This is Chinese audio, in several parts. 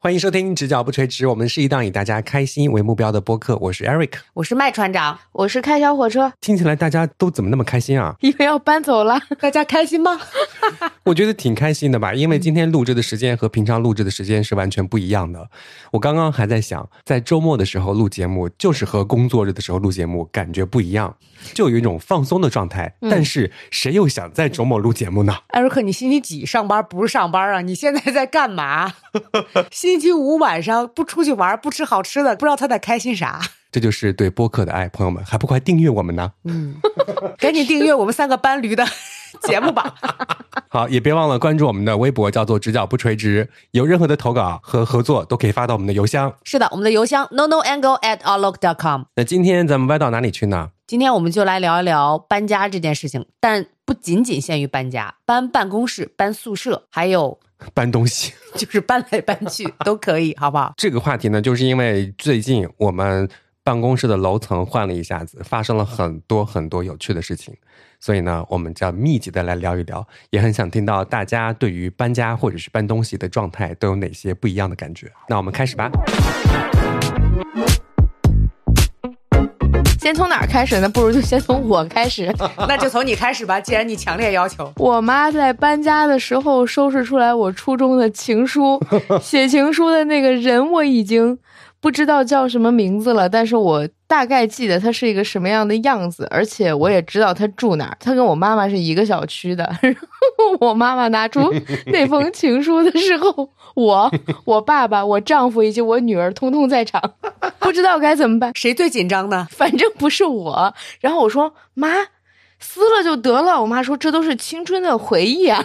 欢迎收听《直角不垂直》，我们是一档以大家开心为目标的播客。我是 Eric，我是麦船长，我是开小火车，听起来大家都怎么那么开心啊？因为要搬走了， 大家开心吗？我觉得挺开心的吧，因为今天录制的时间和平常录制的时间是完全不一样的。我刚刚还在想，在周末的时候录节目，就是和工作日的时候录节目感觉不一样，就有一种放松的状态。但是谁又想在周末录节目呢？ Eric，你星期几上班？不是上班啊？你现在在干 嘛？星期五晚上不出去玩，不吃好吃的，不知道他在开心啥。这就是对播客的爱，朋友们还不快订阅我们呢？嗯，赶紧订阅我们三个班驴的节目吧。好，也别忘了关注我们的微博，叫做“直角不垂直”。有任何的投稿和合作，都可以发到我们的邮箱。 是的，我们的邮箱 no no angle at outlook dot com。那今天咱们歪到哪里去呢？ 今天我们就来聊一聊搬家这件事情，但不仅仅限于搬家，搬办公室、搬宿舍，还有 搬东西。就是搬来搬去都可以，好不好？这个话题呢，就是因为最近我们办公室的楼层换了一下子，发生了很多很多有趣的事情，所以呢，我们就要密集的来聊一聊，也很想听到大家对于搬家或者是搬东西的状态都有哪些不一样的感觉。那我们开始吧。先从哪儿开始呢？不如就先从我开始。 那就从你开始吧，既然你强烈要求。我妈在搬家的时候收拾出来我初中的情书，写情书的那个人我已经不知道叫什么名字了，但是我大概记得他是一个什么样的样子，而且我也知道他住哪儿。他跟我妈妈是一个小区的。 然后我妈妈拿出那封情书的时候，我、我爸爸、我丈夫以及我女儿通通在场，不知道该怎么办。谁最紧张呢？反正不是我。然后我说妈，撕了就得了。我妈说这都是青春的回忆啊。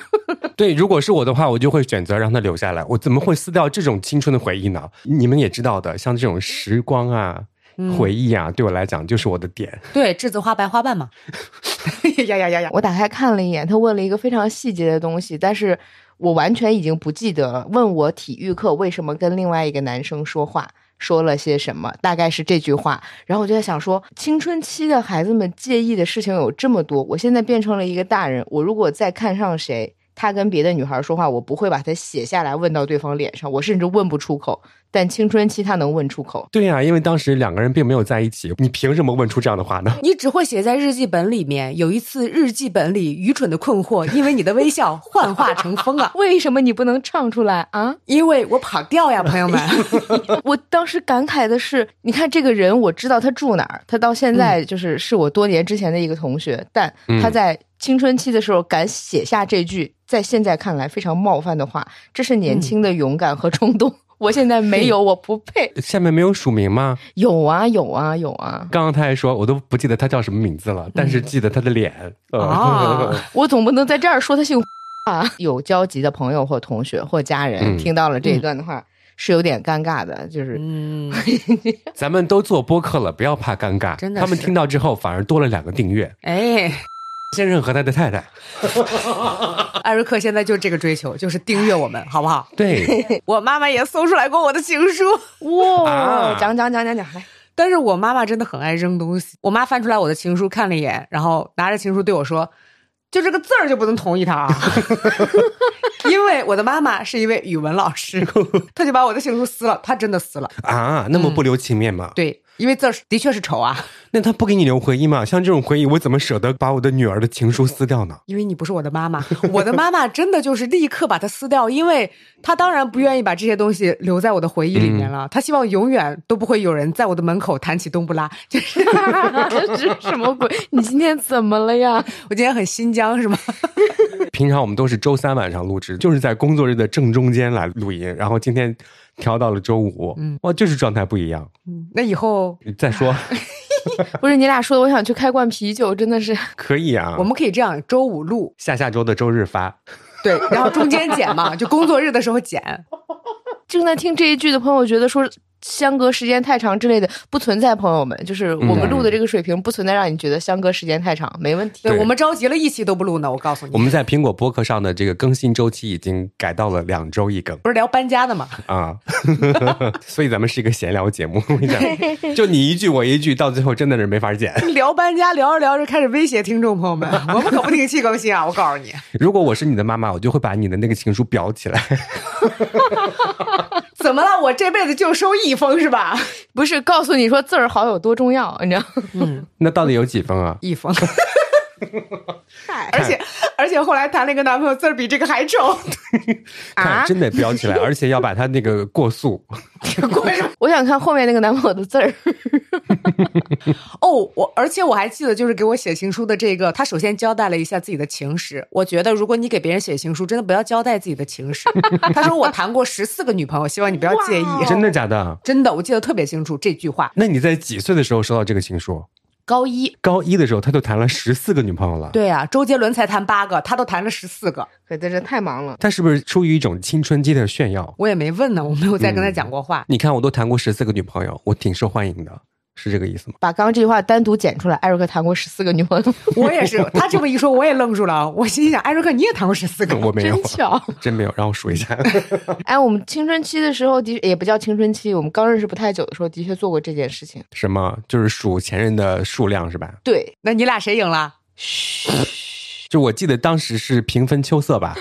对，如果是我的话，我就会选择让它留下来。我怎么会撕掉这种青春的回忆呢？你们也知道的，像这种时光啊、回忆啊，对我来讲就是我的点。对，栀子花白花瓣嘛。 呀呀呀呀！我打开看了一眼，他问了一个非常细节的东西，但是我完全已经不记得了。问我体育课为什么跟另外一个男生说话。说了些什么？大概是这句话。然后我就在想说，青春期的孩子们介意的事情有这么多。我现在变成了一个大人，我如果再看上谁，他跟别的女孩说话，我不会把他写下来问到对方脸上，我甚至问不出口。但青春期他能问出口。对呀、因为当时两个人并没有在一起，你凭什么问出这样的话呢？你只会写在日记本里面。有一次日记本里愚蠢的困惑，因为你的微笑幻化成风啊！为什么你不能唱出来啊？因为我跑调呀，朋友 们。我当时感慨的是，你看这个人，我知道他住哪儿，他到现嗯在就是、是我多年之前的一个同学，但他在青春期的时候敢写下这句在现在看来非常冒犯的话，这是嗯年轻的勇敢和冲动。我现在没有，我不配。下面没有署名吗？有啊，有啊，有啊！刚刚他还说，我都不记得他叫什么名字了，但嗯是记得他的脸。呃啊我总不能在这儿说他姓 啊。有交集的朋友或同学或家人、嗯听到了这一段的话，是有点尴尬的，就是嗯， 咱们都做播客了，不要怕尴尬。真的是他们听到之后反而多了两个订阅。哎，先生和他的太太，艾瑞克现在就是这个追求，就是订阅我们，好不 好？对，我妈妈也搜出来过我的情书，哇、啊讲讲讲讲讲来。但是我妈妈真的很爱扔东西。我妈翻出来我的情书看了一眼，然后拿着情书对我说：“就这个字儿就不能同意他啊。”因为我的妈妈是一位语文老师，她就把我的情书撕了，她真的撕了。啊，那么嗯不留情面吗？对，因为字儿的确是丑啊，那他不给你留回忆吗？像这种回忆，我怎么舍得把我的女儿的情书撕掉呢？ 因为你不是我的妈妈，我的妈妈真的就是立刻把它撕掉，因为她当然不愿意把这些东西留在我的回忆里面了，她希望永远都不会有人在我的门口弹起冬不拉。就是 这是什么鬼？你今天怎么了呀？我今天很新疆是吗？平常我们都是周三晚上录制，就是在工作日的正中间来录音，然后今天调到了周五，嗯，哇，就是状态不一样。那以后再 说，不是你俩说的，我想去开罐啤酒，真的是。可以啊，我们可以这样，周五录，下下周的周日发。对，然后中间剪嘛，就工作日的时候剪。正在听这一句的朋友觉得说相隔时间太长之类的不存在，朋友们，就是我们录的这个水平不存在让你觉得相隔时间太长，没问题。对对我们着急了，一期都不录呢，我告诉我你。们在苹果播客上的这个更新周期已经改到了两周一更不是聊搬家的嘛？啊， 所以咱们是一个闲聊节目。我跟你 讲，就你一句我一句，到最后真的是没法剪。聊搬家聊着聊着开始威胁听众朋友们，我们可不定期更新啊！我告诉你，如果我是你的妈妈，我就会把你的那个情书裱起来。怎么了？我这辈子就收一封是吧？不是告诉你说字儿好有多重要，你知道？嗯， 那到底有几封啊？一封。嗨， 而且而且后来谈了一个男朋友，字儿比这个还丑。看，啊真得标起来，而且要把它那个过速。 我想看后面那个男朋友的字儿。哦，我而且我还记得，就是给我写情书的这个，他首先交代了一下自己的情史。我觉得，如果你给别人写情书，真的不要交代自己的情史。他说我谈过十四个女朋友，希望你不要介意。哇哦真的假的？真的，我记得特别清楚这句话。那你在几岁的时候收到这个情书？高一，高一的时候，他就谈了十四个女朋友了。对啊，周杰伦才谈八个，他都谈了十四个，可 真是太忙了。他是不是出于一种青春期的炫耀？我也没问呢，我没有再跟他讲过话。你看，我都谈过十四个女朋友，我挺受欢迎的，是这个意思吗？ 把刚刚这句话单独剪出来，艾瑞克谈过十四个女朋友，我也是，他这么一说，我也愣住了。我心想，艾瑞克，你也谈过十四个？我没有真，巧。真没有。让我数一下， 哎，我们青春期的时候的也不叫青春期，我们刚认识不太久的时候，的确做过这件事情。什么？就是数前任的数量是吧？对，那你俩谁赢了？就我记得当时是平分秋色 吧？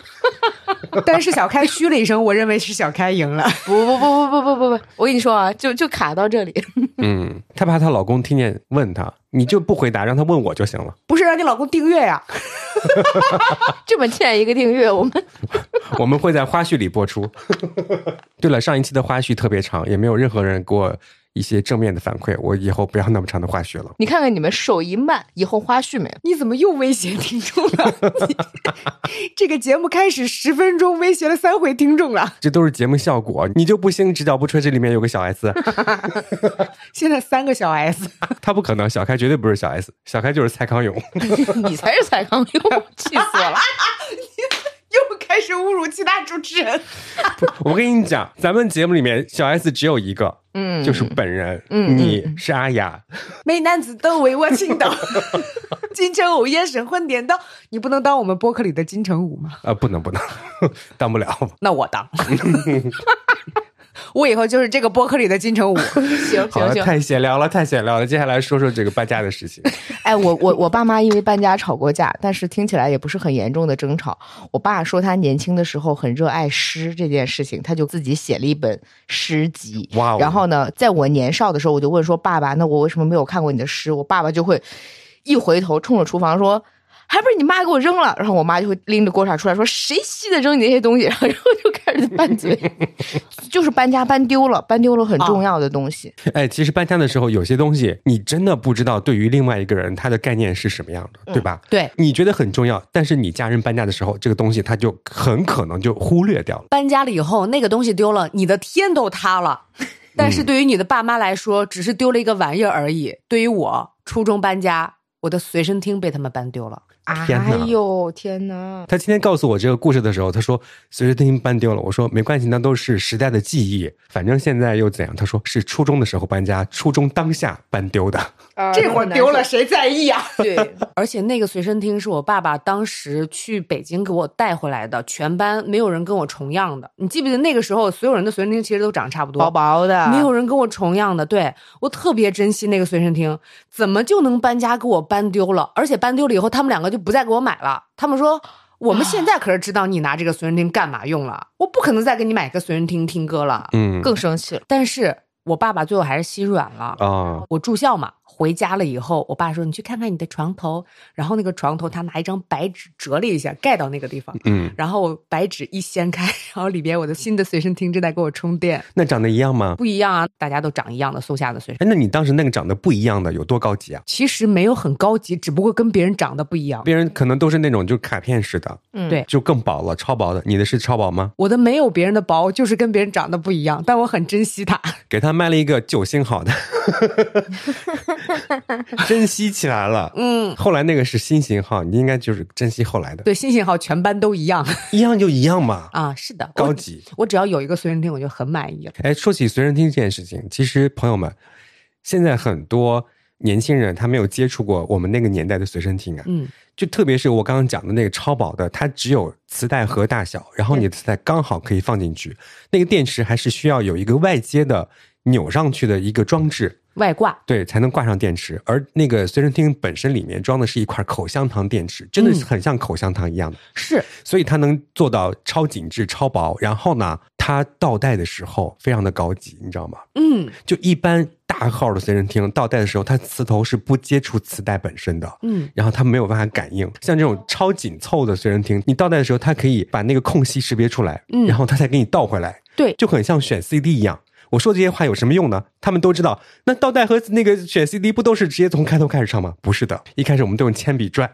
但是小开嘘了一声，我认为是小开赢了。不不不不不不不不，我跟你说啊，就就卡到这里。 嗯，她怕她老公听见问她，你就不回答，让她问我就行了。不是让你老公订阅呀、这么欠一个订阅，我们我们会在花絮里播出。 对了，上一期的花絮特别长，也没有任何人给我一些正面的反馈，我以后不要那么长的花絮了。你看看你们手一慢，以后花絮没了。你怎么又威胁听众了？ 你这个节目开始十分钟，威胁了三回听众了，这都是节目效果，你就不兴直角不吹，这里面有个小 S，现在三个小 S，他不可能，小开绝对不是小 S，小开就是蔡康永。 你才是蔡康永， 气死我了！又开始侮辱其他主持人。我跟你 讲，咱们节目里面小 S 只有一个，嗯就是本人，嗯你是阿雅，美男子都为我倾 倒，金城武夜神魂颠倒。你不能当我们播客里的金城武吗？呃，不能不能， 当不了。那我 当。我以后就是这个播客里的金城武。行好了，行行，太闲聊了，太闲聊了。接下来说说这个搬家的事 情。哎，我我我爸妈因为搬家吵过架，但是听起来也不是很严重的争吵。我爸说他年轻的时候很热爱诗这件事情，他就自己写了一本诗集。哇哦然后呢，在我年少的时候，我就问说：“爸爸，那我为什么没有看过你的诗？”我爸爸就会一回头冲着厨房说。还不是你妈给我扔了，然后我妈就会拎着锅铲出来说：“谁稀的扔你那些东西？”然 后就开始拌 嘴，就是搬家搬丢了，搬丢了很啊重要的东西。哎，其实搬家的时候，有些东西你真的不知道对于另外一个人他的概念是什么样嗯的，对吧？对，你觉得很重要，但是你家人搬家的时候，这个东西他就很可能就忽略掉了。搬家了以后，那个东西丢了，你的天都塌了。但是对于你的爸妈来说，只是丢了一个玩意儿而已。对于我，初中搬家，我的随身听被他们搬丢了。天哪哎呦天哪！他今天告诉我这个故事的时候，他说随着电音搬丢了。我说没关系，那都是时代的记忆，反正现在又怎样？他说是初中的时候搬家，初中当下搬丢的。呃这会儿丢 了谁在意啊？对，而且那个随身听是我爸爸当时去北京给我带回来的，全班没有人跟我重样的。你记不记得那个时候，所有人的随身听其实都长差不多，薄薄的，没有人跟我重样的。对我特别珍惜那个随身听，怎么就能搬家给我搬丢了？而且搬丢了以后，他们两个就不再给我买了。他们说。我们现在可是知道你拿这个随身听干嘛用了，我不可能再给你买个随身听听歌了。嗯更生气了。但是我爸爸最后还是心软了，啊，我住校嘛，回家了以后，我爸说你去看看你的床头，然后那个床头他拿一张白纸折了一下，盖到那个地方，嗯，然后白纸一掀开，然后里边我的新的随身听正在给我充电，那长得一样吗？不一样啊，大家都长一样的，搜下的随身。哎，那你当时那个长得不一样的有多高级啊？其实没有很高级，只不过跟别人长得不一样。别人可能都是那种就是卡片式的，嗯对就更薄了，超薄的。你的是超薄吗？我的没有别人的薄，就是跟别人长得不一样，但我很珍惜它。给他卖了一个九星好 的，珍惜起来了。嗯，后来那个是新型号，你应该就是珍惜后来的，对，新型号全班都 一样一样就一样嘛，啊，是的，高我级。我只要有一个随身听，我就很满意了。哎，说起随身听这件事情，其实朋友们，现在很多年轻人他没有接触过我们那个年代的随身听啊，嗯，就特别是我刚刚讲的那个超薄的，它只有磁带盒大小，然后你的磁带刚好可以放进去，那个电池还是需要有一个外接的扭上去的一个装置，外挂，对，才能挂上电池。而那个随身听本身里面装的是一块口香糖电池，真的是很像口香糖一样的，是所以它能做到超紧致、超薄。然后呢，它倒带的时候非常的高级，你知道吗？嗯就一般大号的随身听倒带的时候，它磁头是不接触磁带本身的，嗯，然后它没有办法感应。像这种超紧凑的随身听，你倒带的时候，它可以把那个空隙识别出来，嗯然后它再给你倒回来，对就很像选 CD 一样。我说这些话有什么用呢？他们都知道，那倒带和那个选 CD 不都是直接从开头开始唱吗？不是的，一开始我们都用铅笔转，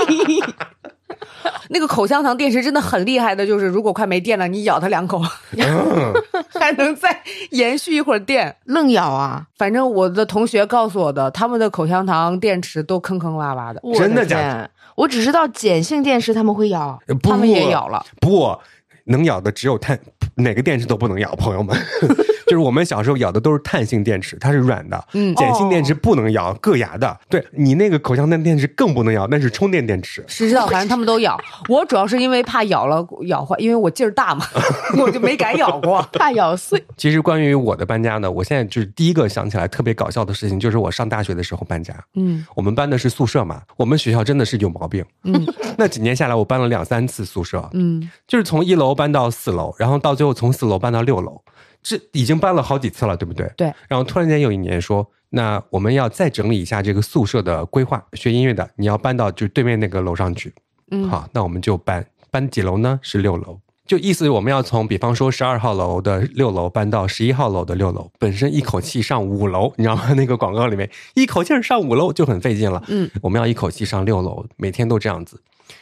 那个口香糖电池真的很厉害的，就是如果快没电了，你咬它两口， 还能再延续一会儿电。愣咬啊！反正我的同学告诉我的，他们的口香糖电池都坑坑洼洼的，我真的的假的天？我只知道碱性电池他们会咬，不 他们也咬了。不能咬的只有碳，哪个电池都不能咬，朋友们。 就是我们小时候咬的都是碳性电池，它是软的，嗯碱性电池不能咬，硌牙的。对你那个口香糖电池更不能咬，那是充电电池。谁知道，反正他们都咬。 我主要是因为怕咬了咬坏，因为我劲儿大嘛， 我就没敢咬 过。怕咬碎。其实关于我的搬家呢，我现在就是第一个想起来特别搞笑的事情，就是我上大学的时候搬家。嗯我们搬的是宿舍嘛，我们学校真的是有毛病。嗯 那几年下来，我搬了两三次宿舍，嗯，就是从一楼搬到四楼，然后到最后从四楼搬到六楼，这已经搬了好几次了，对不对？对。然后突然间有一年说，那我们要再整理一下这个宿舍的规划。学音乐的，你要搬到就对面那个楼上去。嗯好，那我们就搬，搬几楼呢？是六楼。就意思我们要从，比方说十二号楼的六楼搬到十一号楼的六楼，本身一口气上五楼，你知道吗？那个广告里面一口气儿上五楼就很费劲了。嗯，我们要一口气上六楼，每天都这样子。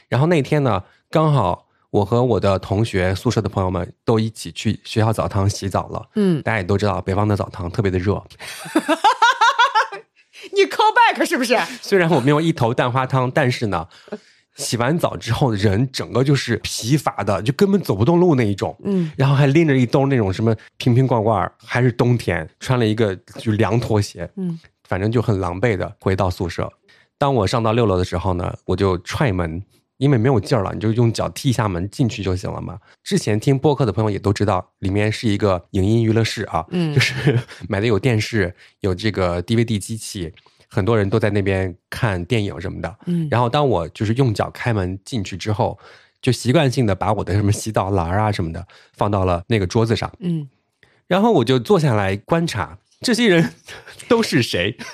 然后那天呢，刚好我和我的同学、宿舍的朋友们都一起去学校澡堂洗澡了。嗯，大家也都知道，北方的澡堂特别的热。 你 call back 是不是？虽然我没有一头蛋花汤，但是 呢，洗完澡之后人整个就是疲乏的，就根本走不动路那一种。嗯，然后还拎着一兜那种什么瓶瓶罐罐儿，还是冬天，穿了一个就凉拖鞋，嗯，反正就很狼狈的回到宿舍。当我上到六楼的时候呢，我就踹门，因为没有劲儿了，你就用脚踢一下门进去就行了嘛。之前听播客的朋友也都知道，里面是一个影音娱乐室啊，嗯就是买的有电视，有这个 DVD 机器，很多人都在那边看电影什么的。嗯然后当我就是用脚开门进去之后，就习惯性的把我的什么洗澡篮儿啊什么的放到了那个桌子上，嗯，然后我就坐下来观察这些人 都是谁。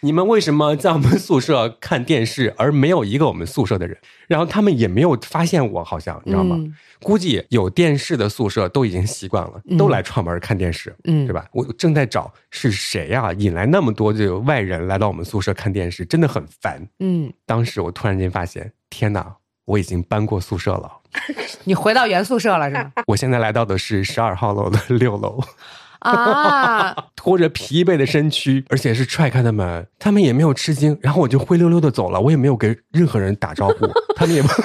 你们为什么在我们宿舍看电视，而没有一个我们宿舍的人？然后他们也没有发现我，好像你知道吗？嗯估计有电视的宿舍都已经习惯了，都来串门看电视，嗯对吧？我正在找是谁呀、引来那么多这个外人来到我们宿舍看电视，真的很烦。嗯，当时我突然间发现，天哪，我已经搬过宿舍了。你回到原宿舍了是吗？我现在来到的是十二号楼的六楼， 啊，拖着疲惫的身躯，而且是踹开的门，他们也没有吃惊，然后我就灰溜溜的走了，我也没有给任何人打招呼，他们也不。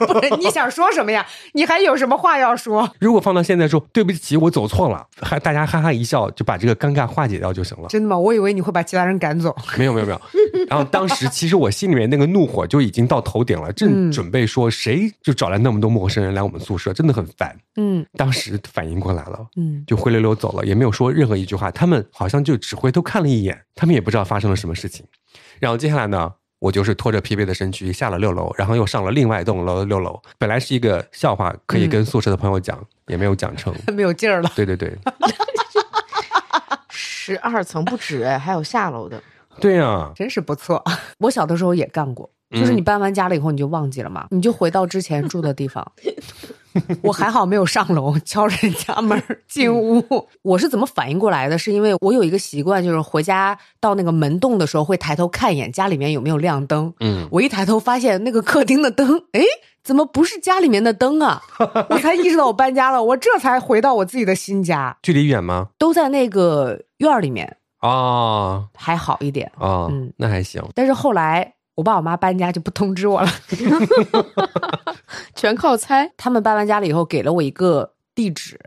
不是，你想说什么呀？你还有什么话要说？如果放到现在说对不起，我走错了，还大家哈哈一笑，就把这个尴尬化解掉就行了。真的吗？我以为你会把其他人赶走。没有没有没有。然后当时其实我心里面那个怒火就已经到头顶了，正嗯准备说谁就找来那么多陌生人来我们宿舍，真的很烦。嗯当时反应过来了，嗯就灰溜溜走了，也没有说任何一句话。他们好像就只回头看了一眼，他们也不知道发生了什么事情。然后接下来呢，我就是拖着疲惫的身躯下了六楼，然后又上了另外一栋楼的六楼。本来是一个笑话，可以跟宿舍的朋友讲，也没有讲成。 没有劲儿了。对对 对，十二层不止哎，还有下楼的。对啊，真是不错， 我小的时候也干过，就是你搬完家了以后你就忘记了嘛，你就回到之前住的地方。 我还好没有上楼敲人家门儿进屋。我是怎么反应过来的？是因为我有一个习惯，就是回家到那个门洞的时候会抬头看一眼家里面有没有亮灯。嗯，我一抬头发现那个客厅的灯，哎，怎么不是家里面的灯啊？我才意识到我搬家了，我这才回到我自己的新家，距离远吗？都在那个院儿里面，哦还好一点。哦，嗯那还行。但是后来我爸我妈搬家就不通知我了， 全靠猜。他们搬完家了以后给了我一个地址，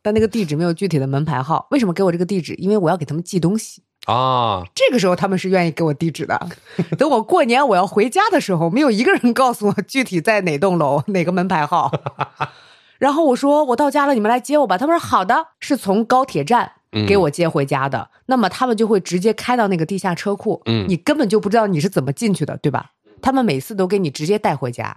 但那个地址没有具体的门牌号。为什么给我这个地址？因为我要给他们寄东西。哦，这个时候他们是愿意给我地址的。等我过年我要回家的时候，没有一个人告诉我具体在哪栋楼哪个门牌号。然后我说我到家了，你们来接我吧。他们说好的，是从高铁站嗯给我接回家的，那么他们就会直接开到那个地下车库，嗯你根本就不知道你是怎么进去的，对吧？他们每次都给你直接带回家，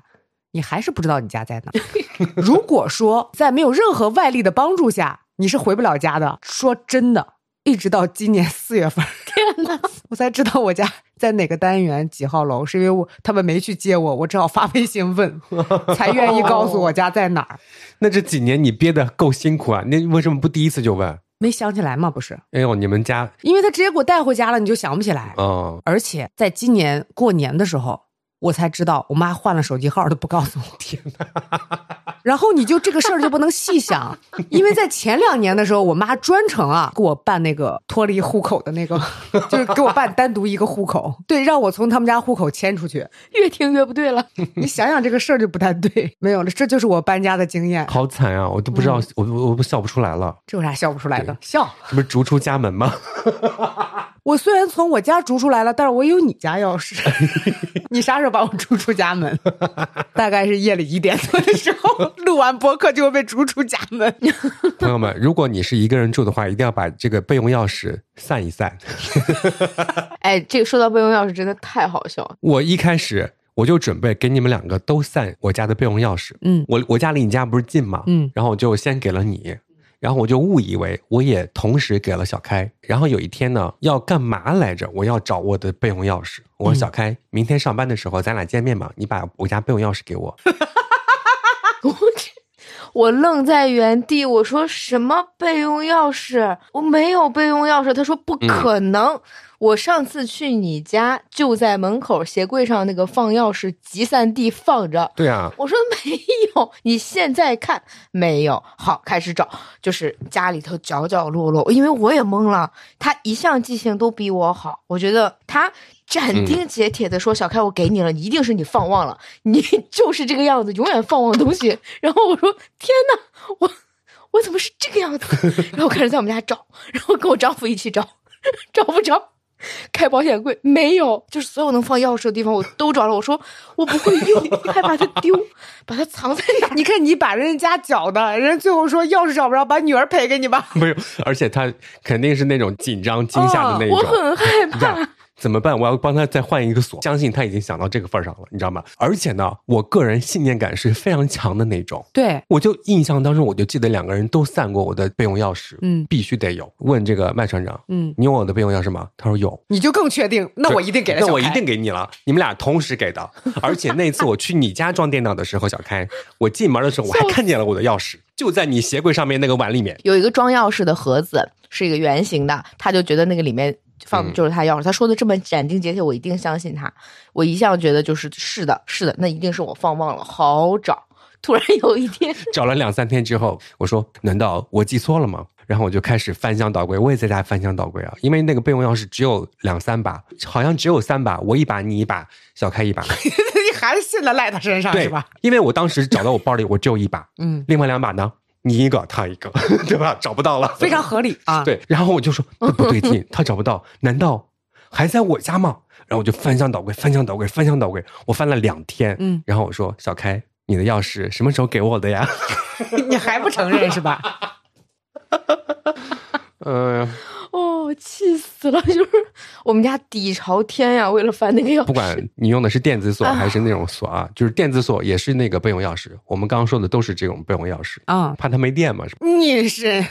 你还是不知道你家在哪。 如果说在没有任何外力的帮助下，你是回不了家的。说真的，一直到今年四月份，天哪， 我才知道我家在哪个单元几号楼，是因为我他们没去接我，我只好发微信问，才愿意告诉我家在哪儿。那这几年你憋得够辛苦啊！那为什么不第一次就问？没想起来嘛，不是？哎呦，你们家因为他直接给我带回家了，你就想不起来。哦，而且在今年过年的时候，我才知道我妈换了手机号都不告诉我。天哪！ 然后你就这个事儿就不能细想，因为在前两年的时候，我妈专程啊给我办那个脱离户口的那个，就是给我办单独一个户口，对，让我从他们家户口迁出去。越听越不对了。你想想这个事儿就不太对，没有了，这就是我搬家的经验，好惨啊！我都不知道，我我我都笑不出来了，这有啥笑不出来的？笑。这不是逐出家门吗？ 我虽然从我家逐出来了，但是我有你家钥匙。 你啥时候把我逐出家门？ 大概是夜里一点多的时候，录完播客就会被逐出家门。 朋友们，如果你是一个人住的话，一定要把这个备用钥匙散一散。哎，这个说到备用钥匙真的太好笑了。我一开始我就准备给你们两个都散我家的备用钥匙。嗯我我家离你家不是近嘛，嗯，然后我就先给了你，然后我就误以为我也同时给了小开。然后有一天呢，要干嘛来着？我要找我的备用钥匙。我说小开，明天上班的时候咱俩见面嘛，你把我家备用钥匙给我。我这我愣在原地，我说什么备用钥匙？我没有备用钥匙。他说不可能，我上次去你家就在门口鞋柜上那个放钥匙集散地放着。对啊，我说没有，你现在看没有？好，开始找，就是家里头角角落落，因为我也懵了。他一向记性都比我好，我觉得他斩钉截铁的说：“小开，我给你了，一定是你放忘了，你 就是这个样子，永远放忘东西。”然后我说：“天哪，我我怎么是这个样子？” 然后开始在我们家找， 然后跟我丈夫一起找， 找不着。开保险柜没有，就是所有能放钥匙的地方我都找了。我说我不会用，害怕它丢，把它藏在哪儿？你看，你把人家搅的，人家最后说钥匙找不着，把女儿赔给你吧。没有，而且他肯定是那种紧张惊吓的那一种。哦我很害你知道怕。怎么办？我要帮他再换一个嗯锁。相信他已经想到这个份儿上了，你知道吗？而且呢，我个人信念感是非常强的那种。对，我就印象当中，我就记得两个人都散过我的备用钥匙，嗯必须得有。问这个麦船长，嗯，你有我的备用钥匙吗？他说有。你就更确定，那我一定给了小那开。我一定给你了，你们俩同时给的。而且那次我去你家装电脑的时候，小开，我进门的时候我还看见了我的钥匙，就在你鞋柜上面那个碗里面。有一个装钥匙的盒子，是一个圆形的，他就觉得那个里面放的就是他钥匙。他说的这么斩钉截铁，我一定相信他。我一向觉得就是是的，是的，那一定是我放忘了，好找。突然有一天， 找了两三天之后，我说：“难道我记错了吗？”然后我就开始翻箱倒柜，我也在家翻箱倒柜啊，因为那个备用钥匙只有两三把，好像只有三把，我一把，你一把，小开一把， 你还信了赖他身上对是吧？？因为我当时找到我包里，我只有一把， 嗯，另外两把呢，你一个，他一个， 对吧？找不到了，非常合理啊。，对。然后我就说不不对劲，他找不到，难道还在我家吗？然后我就翻箱倒柜，翻箱倒柜，翻箱倒柜，我翻了两天，嗯，然后我说：“小开，你的钥匙什么时候给我的呀？” 你还不承认是吧？嗯、哦，气死了！ 就是我们家底朝天呀，为了翻那个钥匙，不管你用的是电子锁还是那种锁啊，就是电子锁也是那个备用钥匙。我们刚刚说的都是这种备用钥匙，啊、怕它没电嘛。是吧嗯你是，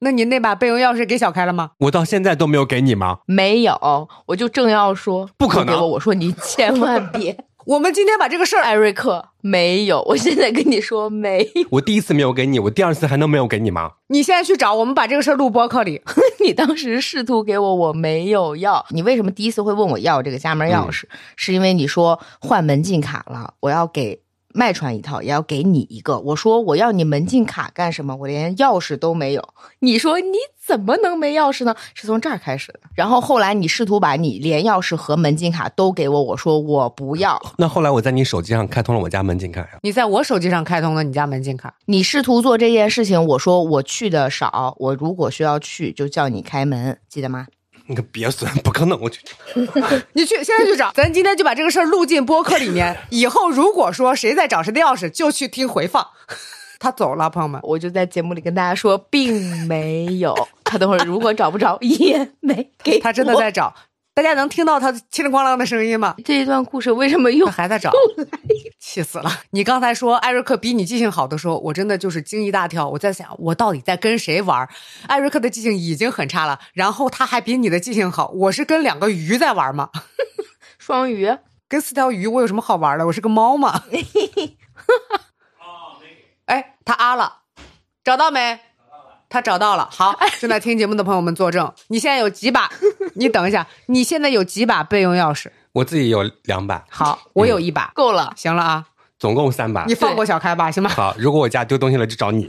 那你那把备用钥匙给小开了吗？我到现在都没有给你吗？没有，我就正要说不可能给我，我说你千万别， 我们今天把这个事儿，艾瑞克没有，我现在跟你说没有，我第一次没有给你，我第二次还能没有给你吗？你现在去找，我们把这个事儿录播客里。 你当时试图给我，我没有要。你为什么第一次会问我要这个家门钥匙？是因为你说换门禁卡了，我要给麦川一套，也要给你一个。我说我要你门禁卡干什么？我连钥匙都没有。你说你怎么能没钥匙呢？是从这儿开始的。然后后来你试图把你连钥匙和门禁卡都给我，我说我不要。那后来我在你手机上开啊通了我家门禁卡呀。你在我手机上开通了你家门禁卡，你试图做这件事情，我说我去的少，我如果需要去就叫你开门，记得吗？你可别损，不可能，我去。你去现在去找，咱今天就把这个事儿录进播客里面。以后如果说谁在找谁的钥匙，就去听回放。他走了，朋友们，我就在节目里跟大家说，并没有。他等会儿如果找不着也没给他真的我在找，大家能听到他叮铃咣啷的声音吗？这一段故事为什么又他还在找，气死了！你刚才说艾瑞克比你记性好的时候，我真的就是惊一大跳。我在想，我到底在跟谁玩儿？艾瑞克的记性已经很差了，然后他还比你的记性好，我是跟两个鱼在玩吗？双鱼？跟四条鱼我有什么好玩的？我是个猫吗？哎，他啊了，找到没？他找到了。好，正在听节目的朋友们作证，你现在有几把？你等一下，你现在有几把备用钥匙？我自己有两把，好，我有一把。够了，行了啊，总共三把你。放过小开吧，行吗？好，如果我家丢东西了，就找你。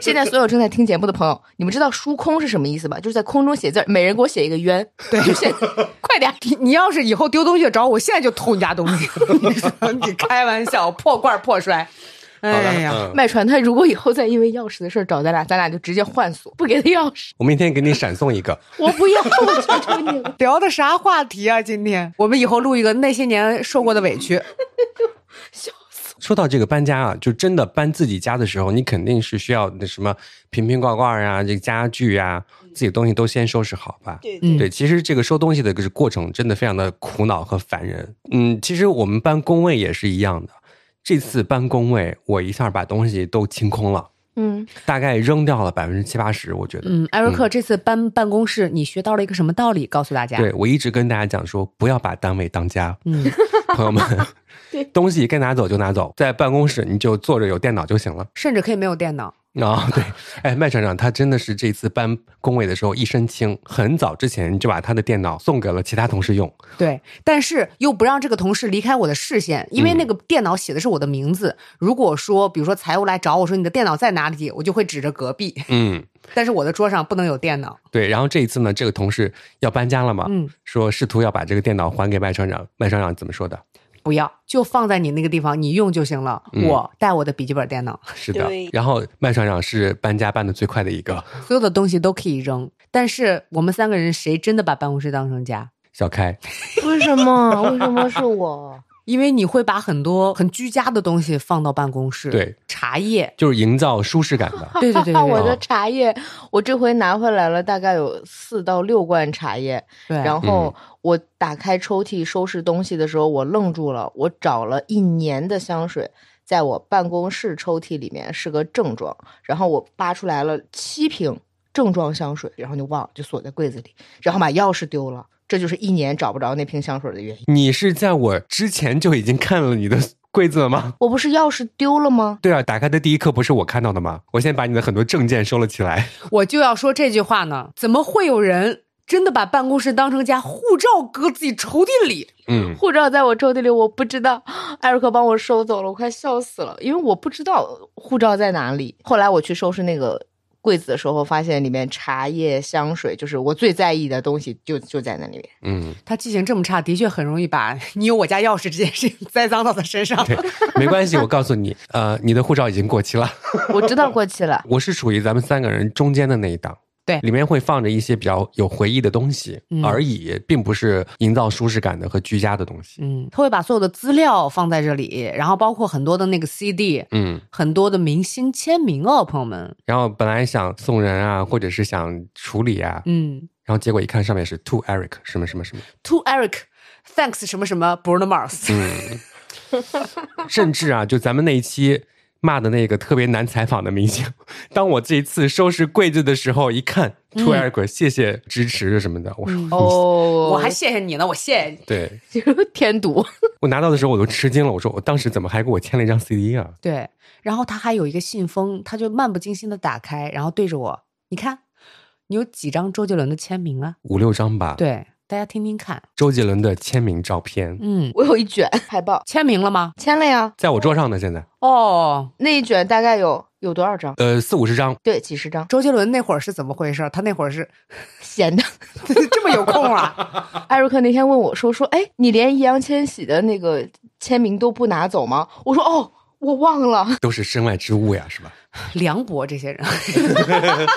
现在所有正在听节目的朋友，你们知道疏空是什么意思吧？就是在空中写字儿，每人给我写一个冤。对，就写， 快点儿，你你要是以后丢东西就找我，现在就偷你家东西。 你说你开玩笑，破罐破摔。好的，哎呀，嗯，麦传他如果以后再因为钥匙的事儿找咱俩，咱俩就直接换锁，不给他钥匙，我明天给你闪送一个。我不要，我求求你了。聊的啥话题啊？今天我们以后录一个那些年受过的委屈。说到这个搬家啊，就真的搬自己家的时候，你肯定是需要那什么瓶瓶罐罐啊，这个家具啊，自己东西都先收拾好吧。对嗯对，其实这个收东西的这个过程真的非常的苦恼和烦人。嗯，其实我们搬工位也是一样的。这次搬工位，我一下把东西都清空了，嗯，大概扔掉了百分之七八十，我觉得。嗯，艾瑞克这次搬办公室，你学到了一个什么道理？告诉大家。对，我一直跟大家讲说，不要把单位当家， 嗯，朋友们对，东西该拿走就拿走，在办公室你就坐着有电脑就行了。甚至可以没有电脑。啊、对，哎，麦厂长他真的是这次搬工位的时候一身轻，很早之前就把他的电脑送给了其他同事用。对，但是又不让这个同事离开我的视线，嗯因为那个电脑写的是我的名字。如果说，比如说财务来找我说你的电脑在哪里，我就会指着隔壁， 嗯，但是我的桌上不能有电脑。对。然后这一次呢，这个同事要搬家了嘛，嗯，说试图要把这个电脑还给麦厂长，麦厂长怎么说的？不要，就放在你那个地方，你用就行了。嗯我带我的笔记本电脑，是的对。然后麦厂长是搬家搬的最快的一个，所有的东西都可以扔。但是我们三个人谁真的把办公室当成家？小开， 为什么？为什么是 我？因为你会把很多很居家的东西放到办公室，对，茶叶，就是营造舒适感 的。对对对对啊我对的茶叶，我这回拿回来了，大概有四到六罐茶叶。对，然后我打开抽屉收拾东西的时候，我愣住了。我找了一年的香水，在我办公室抽屉里面是个正装，然后我扒出来了七瓶正装香水，然后就忘了，就锁在柜子里，然后把钥匙丢了。这就是一年找不着那瓶香水的原因。你是在我之前就已经看了你的柜子了吗？我不是钥匙丢了吗？对啊，打开的第一刻不是我看到的吗？我先把你的很多证件收了起来。我就要说这句话呢，怎么会有人真的把办公室当成家，护照搁自己抽屉里？嗯，护照在我抽屉里，我不知道，艾瑞克帮我收走了，我快笑死了，因为我不知道护照在哪里。后来我去收拾那个柜子的时候，发现里面茶叶、香水，就是我最在意的东西就，就在那里面。嗯，他记性这么差，的确很容易把你有我家钥匙这件事情栽赃到他身上。对， 没关系，我告诉你，呃，你的护照已经过期了。我知道过期 了，我是属于咱们三个人中间的那一档，对里面会放着一些比较有回忆的东西嗯而已，并不是营造舒适感的和居家的东西。嗯，他会把所有的资料放在这里，然后包括很多的那个 CD，嗯，很多的明星签名哦，朋友们。然后本来想送人啊，或者是想处理啊，嗯然后结果一看上面是 To Eric 什么什么什么， ，To Eric，Thanks 什么什么 Bruno Mars。甚至啊，就咱们那一期骂的那个特别难采访的明星， 当我这一次收拾柜子的时候，一看 To Eric，、谢谢支持什么的，我说、嗯哦，我还谢谢你呢，我谢谢你。对 添堵，我拿到的时候我都吃惊了，我说我当时怎么还给我签了一张 CD 啊？对，然后他还有一个信封，他就漫不经心的打开，然后对着我，你看，你有几张周杰伦的签名啊？五六张吧，对，大家听听看，周杰伦的签名照片，嗯，我有一卷海报，签名了吗？签了呀，在我桌上呢，现在哦，那一卷大概有有多少张？呃四五十张，对，几十张，周杰伦那会儿是怎么回事？他那会儿是 闲的。这么有空啊？艾瑞克那天问我说：“说，哎，你连易烊千玺的那个签名都不拿走吗？”我说：“哦，我忘了。”都是身外之物呀，是吧？ 梁博这些人，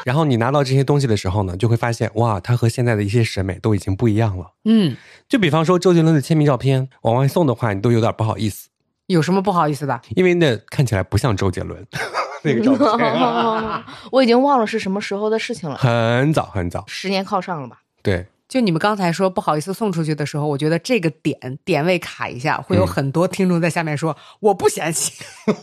然后你拿到这些东西的时候呢，就会发现哇，它和现在的一些审美都已经不一样了。嗯，就比方说周杰伦的签名照片往外送的话，你都有点不好意思。有什么不好意思的？因为那看起来不像周杰伦， 那个照片、 啊，我已经忘了是什么时候的事情了，很早很早，十年靠上了吧？对，就你们刚才说不好意思送出去的时候，我觉得这个点点位卡一下，会有很多听众在下面说、我不嫌弃，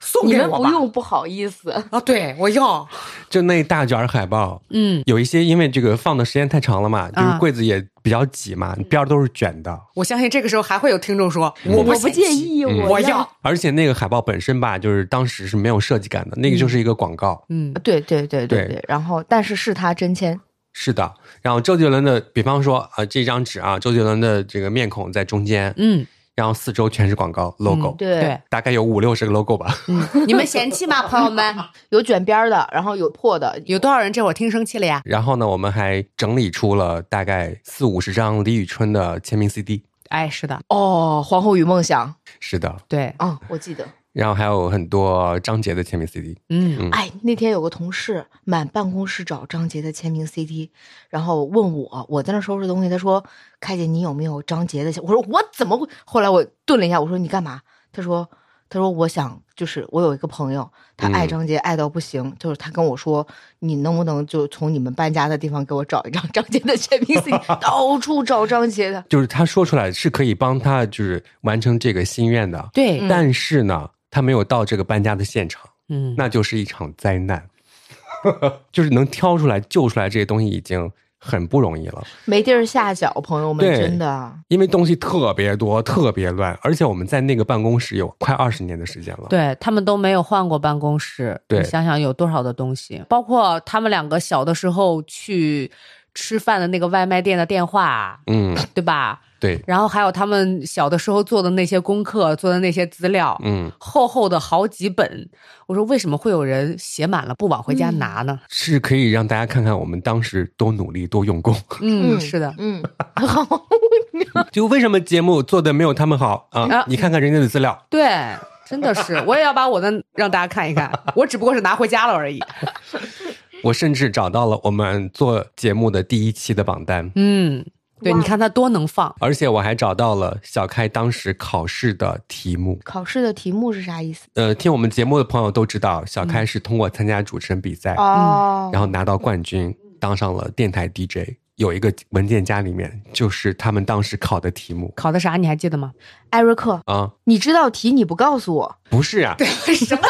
送你给们我不吧。用不好意思，啊，对，我要，就那一大卷儿海报，嗯，有一些因为这个放的时间太长了嘛，啊就是柜子也比较挤嘛，边儿都是卷的，我相信这个时候还会有听众说，嗯我我不不介，意，嗯我要要，而且那个海报本身吧，就是当时是没有设计感的，那个就是一个广告。嗯，对对对对对对，然后但是是他真签，是的，然后周杰伦的，比方说啊、呃这张纸啊，周杰伦的这个面孔在中间，嗯，然后四周全是广告 logo，、 对，大概有五六十个 logo 吧。嗯，你们嫌弃吗，朋友 们？有卷边儿的，然后有破的，有多少人这会儿听生气了呀？然后呢，我们还整理出了大概四五十张李宇春的签名 CD。哎，是的，哦，《皇后与梦想》是的，对，啊，我记得。然后还有很多张杰的签名 CD。嗯，哎，那天有个同事满办公室找张杰的签名 CD，然后问我，我在那收拾东西，他说：“开姐，你有没有张杰的签？”我说：“我怎么会？”后来我顿了一下，我说：“你干嘛？”他说：“他说我想，就是我有一个朋友，他爱嗯张杰爱到不行，就是他跟我说，你能不能就从你们搬家的地方给我找一张 张杰的签名 CD？到 处找张杰的，就是他说出来是可以帮他就是完成这个心愿的，对，嗯但是呢，他没有到这个搬家的现场，嗯，那就是一场灾难。 就是能挑出来、救出来这些东西已经很不容易了，没地儿下脚，朋友们，对真的。”啊因为东西特别多、特别乱，而且我们在那个办公室有快二十年的时间了。对他们都没有换过办公室，对你想想有多少的东西，包括他们两个小的时候去吃饭的那个外卖店的电话，嗯，对吧？对，然后还有他们小的时候做的那些功课，做的那些资料，嗯，厚厚的好几本。我说为什么会有人写满了不往回家拿呢？是可以让大家看看我们当时多努力、多 用功。嗯，是的，嗯， 就为什么节目做的没有他们好啊？啊你看看人家的资料，对，真的是，我也要把我的让大家看一看，我只不过是拿回家了而已。我甚至找到了我们做节目的第一期的榜单， 嗯，对，哇你看他多能放，而且我还找到了小开当时考试的题目。考试的题目是啥意思？呃，听我们节目的朋友都知道，小开是通过参加主持人比赛，哎哦，嗯然后拿到冠军，当上了电台 DJ。有一个文件夹里面就是他们当时考的题目考的啥你还记得吗？艾瑞克，啊，你知道题你不告诉我，不是啊， 什么？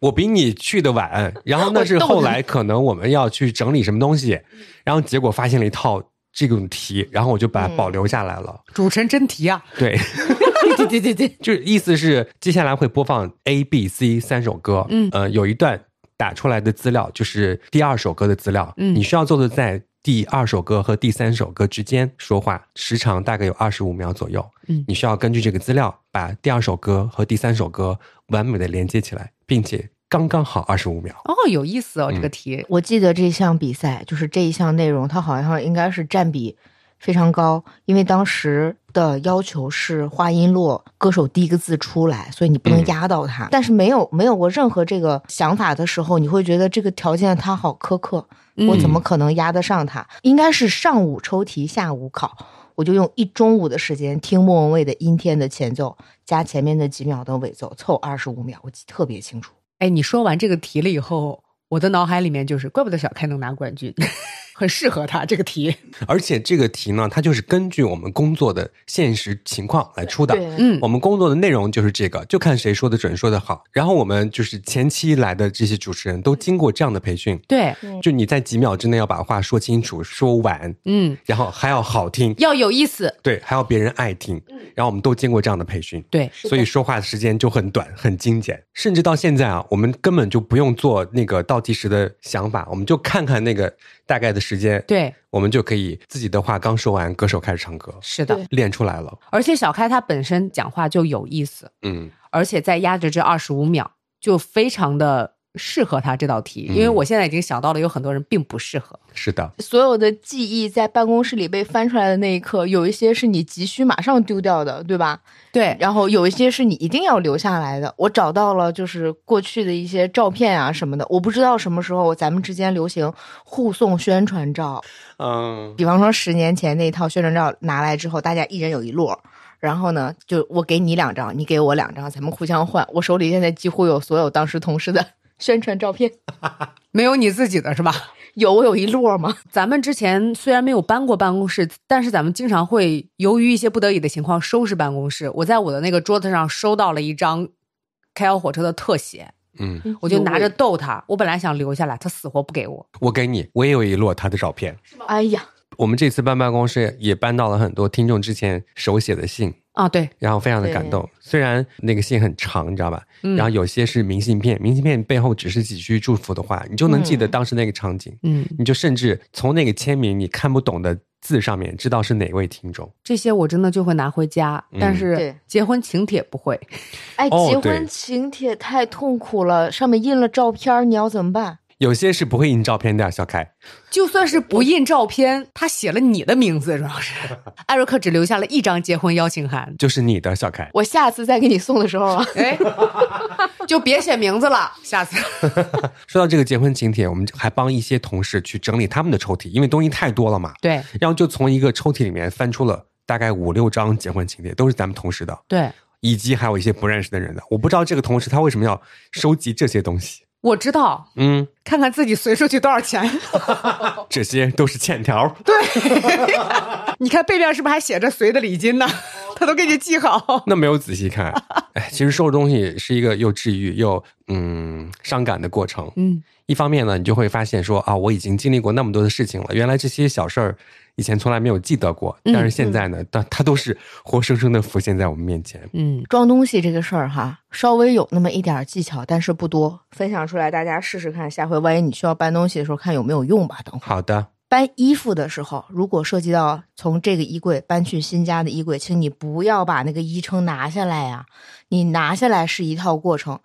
我比你去的晚，然后那是后来可能我们要去整理什么东西，然后结果发现了一套这种题，然后我就把它保留下来了。 主持人真提啊！对， 对对对对，就是意思是接下来会播放 A、B、C 三首歌，嗯呃，有一段打出来的资料就是第二首歌的资料，嗯你需要做的在。第二首歌和第三首歌之间说话，时长大概有二十五秒左右。嗯你需要根据这个资料，把第二首歌和第三首歌完美的连接起来，并且刚刚好二十五秒。哦，有意思哦，这嗯个题。我记得这项比赛就是这一项内容，它好像应该是占比非常高，因为当时的要求是话音落，歌手第一个字出来，所以你不能嗯压到他。但是没有没有过任何这个想法的时候，你会觉得这个条件它好苛刻，我嗯怎么可能压得上他？应该是上午抽题，下午考。我就用一中午的时间听莫文蔚的《阴天》的前奏，加前面的几秒的尾奏，凑二十五秒，我记得特别清楚。哎，你说完这个题了以后，我的脑海里面就是，怪不得小开能拿冠军， 很适合他这个题。而且这个题呢，它就是根据我们工作的现实情况来出的。嗯我们工作的内容就是这个，就看谁说的准，说的好。然后我们就是前期来的这些主持人都经过这样的培训，对，就你在几秒之内要把话说清楚、说完，嗯，然后还要好听，要有意思。对，还要别人爱听。嗯然后我们都经过这样的培训，对，所以说话时间就很短、很精简。甚至到现在啊，我们根本就不用做那个倒计时的想法，我们就看看那个大概的时间，对，我们就可以自己的话刚说完，歌手开始唱歌，是的对。练出来了。而且小开他本身讲话就有意思，嗯，而且再压着这二十五秒，就非常的适合他这道题。因为嗯我现在已经想到了，有很多人并不适合。是的，所有的记忆在办公室里被翻出来的那一刻，有一些是你急需马上丢掉的，对吧？对，然后有一些是你一定要留下来的。我找到了，就是过去的一些照片啊什么的。我不知道什么时候咱们之间流行互送宣传照，嗯，比方说十年前那套宣传照拿来之后，大家一人有一摞，然后呢，就我给你两张，你给我两张，咱们互相换。我手里现在几乎有所有当时同事的宣传照片，没有你自己的是吧？ 有我有一摞吗？ 咱们之前虽然没有搬过办公室，但是咱们经常会由于一些不得已的情况收拾办公室。我在我的那个桌子上收到了一张开摇火车的特写，嗯，我就拿着有，逗他。我本来想留下来，他死活不给我。我给你，我也有一摞他的照片。哎呀，我们这次搬办公室也搬到了很多听众之前手写的信，啊，对，然后非常的感动。虽然那个信很长，你知道吧？嗯然后有些是明信片，明信片背后只是几句祝福的话，你就能记得嗯当时那个场景，嗯，你就甚至从那个签名你看不懂的字上面知道是哪位听众。这些我真的就会拿回家，嗯但是对结婚请帖不会。哎，哦结对婚请帖太痛苦了，上面印了照片儿，你要怎么办？有些是不会印照片的，小凯。就算是不印照片，他写了你的名字，主要 是艾瑞克只留下了一张结婚邀请函，就是你的小凯，我下次再给你送的时候 啊，哎， 就别写名字了，下次。说到这个结婚请帖，我们还帮一些同事去整理他们的抽屉，因为东西太多了嘛。对然后就从一个抽屉里面翻出了大概五六张结婚请帖，都是咱们同事的，对，以及还有一些不认识的人的。我不知道这个同事他为什么要收集这些东西。我知道，嗯，看看自己随出去多少钱。 这些都是欠条。你看背面是不是还写着随的礼 金呢？他都给你记好。那没有仔细看，哎，其实收拾东西是一个又治愈又嗯伤感的过程。嗯，一方面呢，你就会发现说啊，我已经经历过那么多的事情了，原来这些小事儿以前从来没有记得过，嗯但是现在呢，它它都是活生生的浮现在我们面前。嗯，装东西这个事儿哈，稍微有那么一点儿技巧，但是不多，分享出来大家试试看，下回万一你需要搬东西的时候看有没有用吧。等会儿好的，搬衣服的时候，如果涉及到从这个衣柜搬去新家的衣柜，请你不要把那个衣撑拿下来呀、你拿下来是一套过程，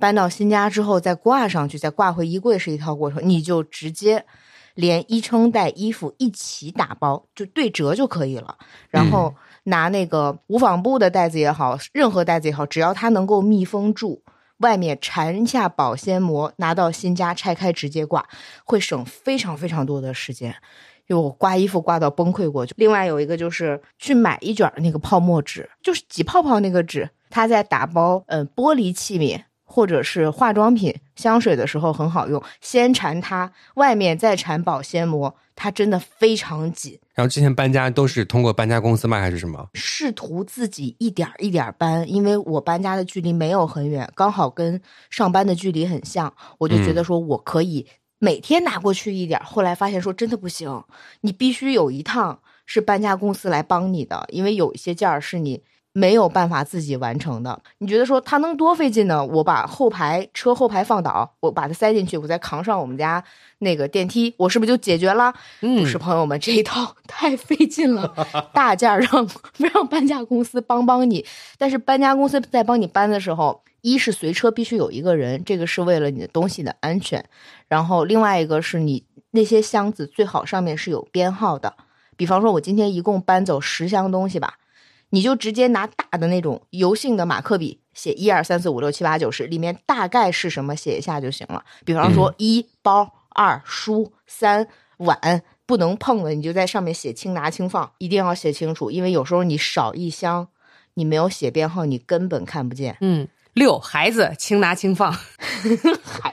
搬到新家之后再挂上去，再挂回衣柜是一套过程，你就直接连衣撑带衣服一起打包，就对折就可以了。然后拿那个无纺布的袋子也好，任何袋子也好，只要它能够密封住。外面缠一下保鲜膜，拿到新家拆开直接挂，会省非常非常多的时间。就我刮衣服刮到崩溃过。另外有一个就是去买一卷儿那个泡沫纸，就是挤泡泡那个纸，它在打包呃玻璃器皿或者是化妆品、香水的时候很好用，先缠它，外面再缠保鲜膜，它真的非常紧。然后之前搬家都是通过搬家公司卖还是什么？试图自己一点儿一点儿搬，因为我搬家的距离没有很远，刚好跟上班的距离很像，我就觉得说我可以每天拿过去一点儿。后来发现说真的不行，你必须有一趟是搬家公司来帮你的，因为有一些件儿是你。没有办法自己完成的，你觉得说它能多费劲呢？我把后排车后排放倒，我把它塞进去，我再扛上我们家那个电梯，我是不是就解决了？嗯不是朋友们，这一套 太费劲了，大件儿让让搬家公司帮帮你，但是搬家公司在帮你搬的时候，一是随车必须有一个人，这个是为了你的东西的安全，然后另外一个是你那些箱子最好上面是有编号的，比方说我今天一共搬走十箱东西吧，你就直接拿大的那种油性的马克笔写一二三四五六七八九十，里面大概是什么写一下就行了。比方说一包、二书、三碗。不能碰的，你就在上面写轻拿轻放，一定要写清楚，因为有时候你少一箱，你没有写编号，你根本看不见。嗯，六孩子轻拿轻放。还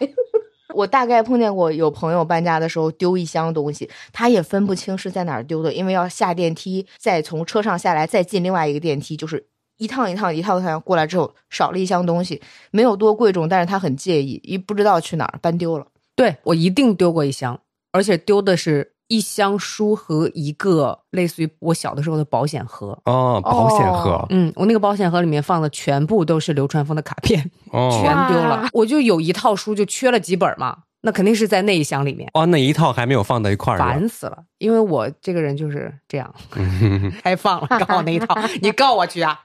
我大概碰见过有朋友搬家的时候丢一箱东西，他也分不清是在哪儿丢的，因为要下电梯，再从车上下来，再进另外一个电梯，就是一趟一趟一趟一趟过来之后，少了一箱东西，没有多贵重，但是他很介意，一不知道去哪儿搬丢了。对我一定丢过一箱，而且丢的是一箱书和一个类似于我小的时候的保险盒。哦，保险盒，嗯，我那个保险盒里面放的全部都是流川枫的卡片，哦全全丢了哇。我就有一套书，就缺了几本嘛，那肯定是在那一箱里面，哦，那一套还没有放到一块儿呢。烦死了。因为我这个人就是这样，嗯开放了，刚好那一套，你告我去啊！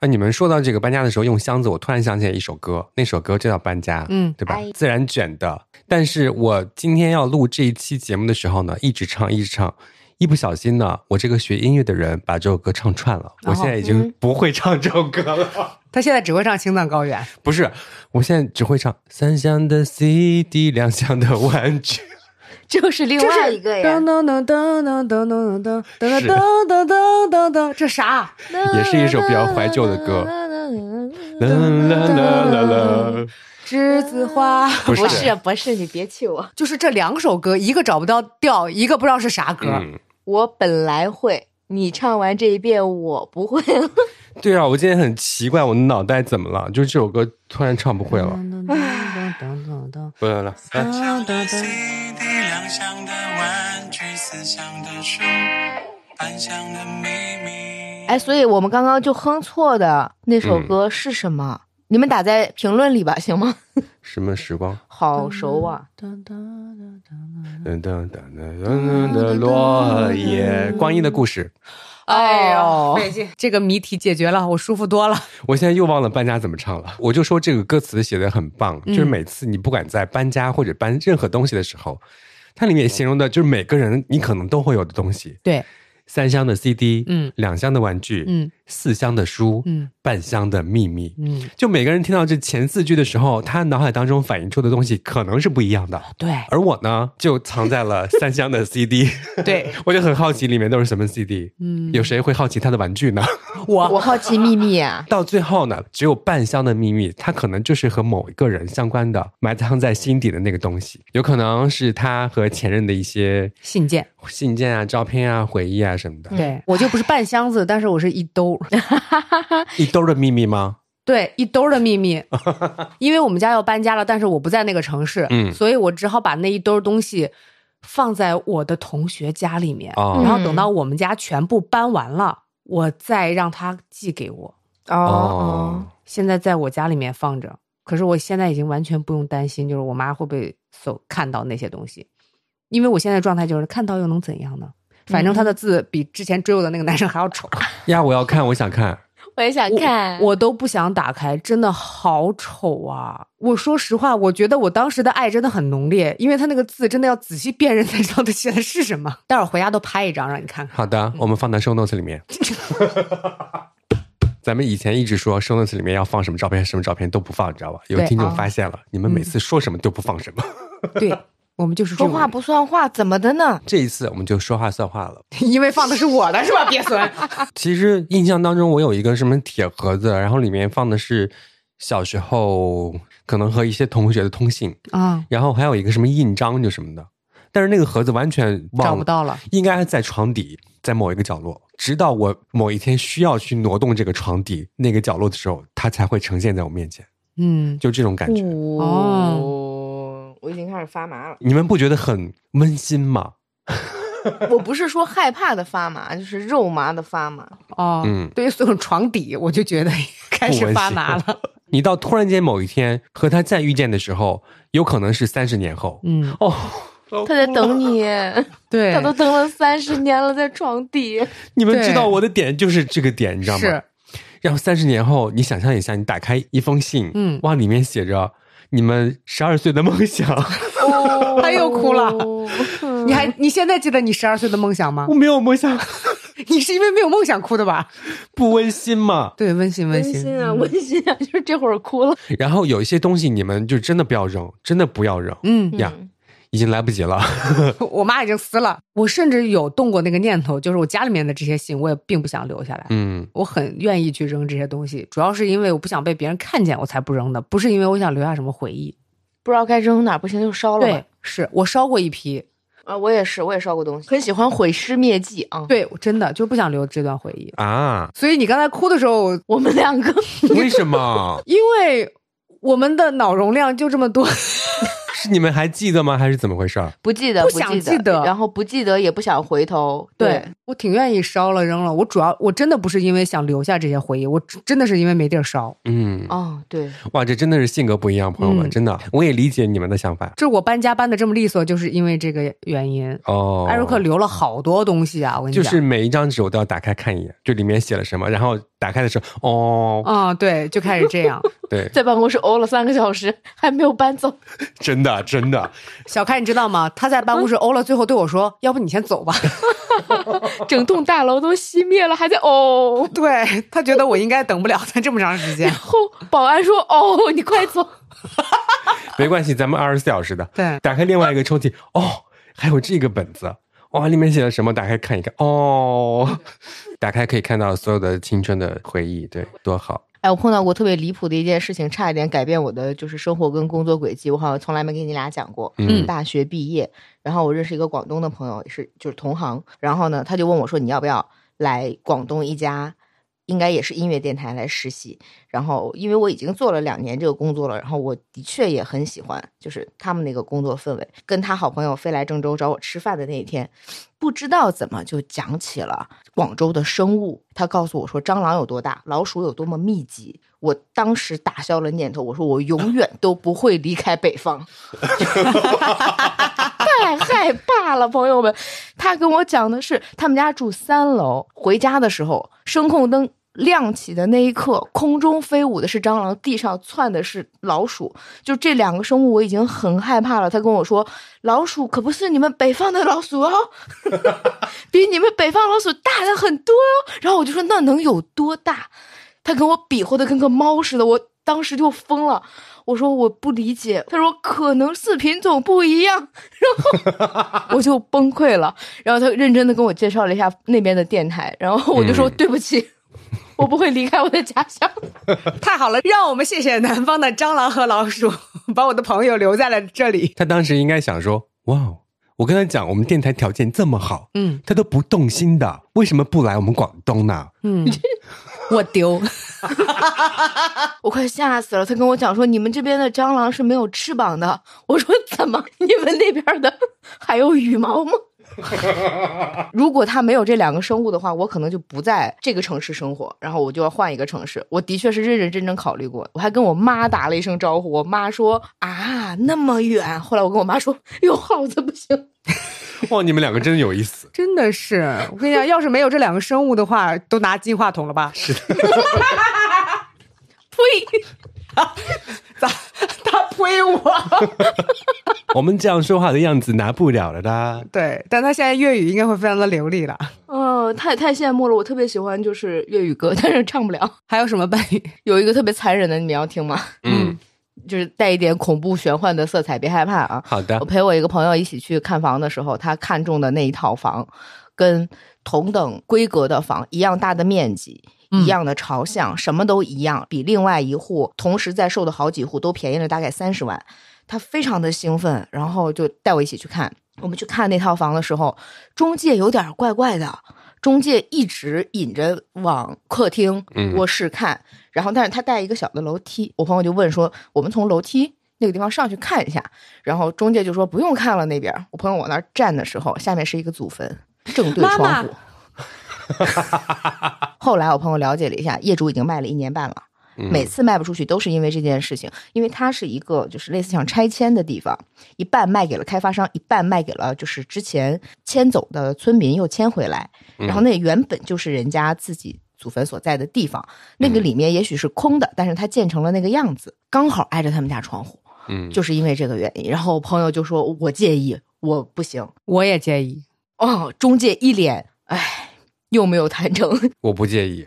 那你们说到这个搬家的时候用箱子，我突然想起来一首歌，那首歌就叫《搬家》，嗯对吧哎？自然卷的。但是我今天要录这一期节目的时候呢，一直唱，一直唱。一不小心呢，我这个学音乐的人把这首歌唱串了。我然后现在已经嗯不会唱这首歌了，他现在只会唱《青藏高原》，不是，我现在只会唱三箱的 CD，两箱的玩具。就是另这外是一个呀噔，噔噔噔噔噔噔噔噔噔噔噔噔噔噔，这啥？也是一首比较怀旧的歌。啦啦啦啦 啦，栀子花。不不是不是，你别气我。就是这两首歌，一个找不到调，一个不知道是啥歌。嗯，我本来会，你唱完这一遍我不会了。对啊，我今天很奇怪，我脑袋怎么了？就是这首歌突然唱不会嗯了。不不不，哎 CD 两箱的玩具，四箱的书，半箱的秘密。哎，所以我们刚刚就哼错的那首歌是什么？你们打在评论里吧，行吗？什么时光？好熟啊！！噔嗯噔噔噔噔的落叶，光阴的故事。哎呦哦，费劲！这个谜题解决了，我舒服多了。我现在又忘了搬家怎么唱了。我就说这个歌词写的很棒，嗯就是每次你不管在搬家或者搬任何东西的时候，它里面形容的就是每个人你可能都会有的东西： 对，三箱的 CD，嗯两箱的玩具，嗯，四箱的书，嗯，半箱的秘密。嗯，就每个人听到这前四句的时候，他脑海当中反映出的东西可能是不一样的。对而我呢，就藏在 了三箱的 CD， 对，我就很好奇里面都是什么 CD。嗯，有谁会好奇他的玩具呢？，我我好奇秘密啊到最后呢，只有半箱的秘密，它可能就是和某一个人相关的，埋藏在心底的那个东西，有可能是他和前任的一些信件。信件啊、照片啊、回忆啊什嗯么的。对我就不是半箱子，但是我是一兜。 一兜的秘密吗？对，一兜的 秘密，因为我们家要搬家了，但是我不在那个城市，嗯所以我只好把那一兜东西放在我的同学家里面，嗯哦然后等到我们家全部搬完了，我再让他寄给我。哦哦，现在在我家里面放着，可是我现在已经完全不用担心，就是我妈会不会搜看到那些东西，因为我现在状态就是看到又能怎样呢？反正他的字比之前追我的那个男生还要丑，呀，我要看，我想看。我也想 看。我都不想打开，真的好丑啊！我说实话，我觉得我当时的爱真的很浓烈，因为他那个字真的要仔细辨认才知道他写的是什么。待会儿回家都拍一张让你看看。好的，我们放到 show notes 里 面。咱们以前一直说 show notes 里面要放什么照片，什么照片都不放，你知道吧？有对哦嗯听众啊发现了，你们每次说什么都不放什么。对我们就是这说种话人，不算话，怎么的呢？这一次我们就说话算话了。因为放的是我的是吧？鳖孙，其实印象当中，我有一个什么铁盒子，然后里面放的是小时候可能和一些同学的通信，啊、然后还有一个什么印章就什么的，但是那个盒子完全忘了找不，到了。应该在床底，在某一个角落。直到我某一天需要去挪动这个床底那个角落的时候，它才会呈现在我面前，嗯，就这种感觉。哦，我已经开始发麻了。你们不觉得很温馨吗？我不是说害怕的发麻，就是肉麻的发麻。哦，嗯对于所有床底，我 就觉得开始发麻了。你到突然间某一天和他再遇见的时候，有可能是三十年后。嗯，哦，他在等 你，对他，都等了三十年了，在床 底。你们对知道我的点就是这个点，你知道吗？是。然后三十年后，你想象一下，你打开一封信，嗯哇，里面写着你们十二岁的梦想， 哦他又哭了。你还你现在记得你十二岁的梦想吗我？没有梦想，你是因为没有梦想哭的吧？不温馨嘛。对，温馨温温馨嗯馨啊，温馨啊，就是这会儿哭了。然后有一些东西，你们就真的不要扔，真的不要扔，嗯， 呀已经来不及了。我妈已经撕了。我甚至有动过那个念头，就是我家里面的这些信，我也并不想留下来。嗯，我很愿意去扔这些东西，主要是因为我不想被别人看见，我才不扔的，不是因为我想留下什么回忆。不知道该扔哪儿，不行就烧了吧对。，是我烧过一批，啊，我也是，我也烧过东西，很喜欢毁尸灭迹啊。对，我真的就不想留这段回忆。啊，所以你刚才哭的时候，我我们两个，为什么？ 因为我们的脑容量就这么 多，是你们还记得吗？还是怎么回事儿？不记得，不不想记记得然后不记得也不想回头。对，我挺愿意烧了扔了。我主要我真的不是因为想留下这些回忆，我真的是因为没地儿烧。嗯，哦，对，哇，这真的是性格不一样，朋友们，嗯真的，我也理解你们的想法。就是我搬家搬的这么利索，就是因为这个原因。哦，艾瑞克留了好多东西啊，我跟你就讲，是每一张纸我都要打开看一眼，就里面写了什么，然后打开的时候，哦，啊、对，就开始这样。 对，在办公室哦呕了三个小时，还没有搬走。真的真 的，小开，你知道吗？他在办 公室欧了，最后对我说：“要不你先走吧。。整栋大楼都熄灭了，还在哦 对”他觉得我应该等不了他这么长时 间然。后保安说：“哦，你快走。没关系，咱们二十四小时的。对打开另外一个抽屉，哦，还有这个本子。哇、里面写了什么？打开看一看，哦，打开可以看到所有的青春的回忆，对，多好。哎，我碰到过特别离谱的一件事情，差一点改变我的就是生活跟工作轨迹。我好像从来没跟你俩讲过。嗯大学毕业，然后我认识一个广东的朋友，也是就是同行，然后呢，他就问我说：“你要不要来广东一家，应该也是音乐电台来实习？”然后因为我已经做了两年这个工作了，然后我的确也很喜欢，就是他们那个工作氛围。跟他好朋友飞来郑州找我吃饭的那一天，不知道怎么就讲起了广州的生物。他告诉我说蟑螂有多大，老鼠有多么密集。我当时打消了念头，我说我永远都不会离开北方，太害怕了，朋友们。他跟我讲的是，他们家住三楼，回家的时候声控灯。亮起的那一刻，空中飞舞的是蟑螂，地上窜的是老鼠。就这两个生物，我已经很害怕了。他跟我说，老鼠可不是你们北方的老鼠哦，比你们北方老鼠大的很多哦。然后我就说，那能有多大？他跟我比划的跟个猫似的，我当时就疯了。我说我不理解，他说可能是品种不一样，然后我就崩溃了。然后他认真的跟我介绍了一下那边的电台，然后我就说、嗯对不起，我不会离开我的家乡。太好了，让我们谢谢南方的蟑螂和老鼠，把我的朋友留在了这里。他当时应该想说：“哇哦，我跟他讲，我们电台条件这么好，嗯他都不动心的，为什么不来我们广东呢嗯，我丢，我快吓死了！他跟我讲说，你们这边的蟑螂是没有翅膀的。我说怎么？ 你们那边的还有羽毛吗？ 如果它没有这两个生物的话，我可能就不在这个城市生活，然后我就要换一个城市。我的确是认认真真考虑过，我还跟我妈打了一声招呼。我妈说啊，那么远。后来我跟我妈说，有耗子不行。？”哇，你们两个真有意思。真的是，我跟你讲，要是没有这两个生物的话，都拿金话筒了吧？ 呸！咋？他推我，我们这样说话的样子拿不了了的。对，但他现在粤语应该会非常的流利了。嗯、太太羡慕了。我特别喜欢就是粤语歌，但是唱不了。还有什么伴侣？有一个特别残忍的，你们要听吗？嗯，就是带一点恐怖玄幻的色彩，别害怕啊！好的我。陪我一个朋友一起去看房的时候，他看中的那一套房，跟同等规格的房一样大的面积。嗯一样的朝向，什么都一样，比另外一户同时在售的好几户都便宜了大概三十万。他非常的兴奋，然后就带我一起去看。我们去看那套房的时候，中介有点怪怪的，中介一直引着往客厅嗯、卧室看，然后但是他带一个小的楼梯，我朋友就问说，我们从楼梯那个地方上去看一下，然后中介就说不用看了那边儿。我朋友往那儿站的时候，下面是一个祖坟，正对妈窗户。妈 后来我朋友了解了一下，业主已经卖了一年半了。嗯每次卖不出去都是因为这件事情，因为它是一个就是类似像拆迁的地方，一半卖给了开发商，一半卖给了就是之前迁走的村民又迁回来，然后那原本就是人家自己祖坟所在的地方，那个里面也许是空的，但是它建成了那个样子，刚好挨着他们家窗户，嗯，就是因为这个原因。然后我朋友就说我介意，我不行。我也介意。哦，中介一脸哎，又没有谈成， 我不介意。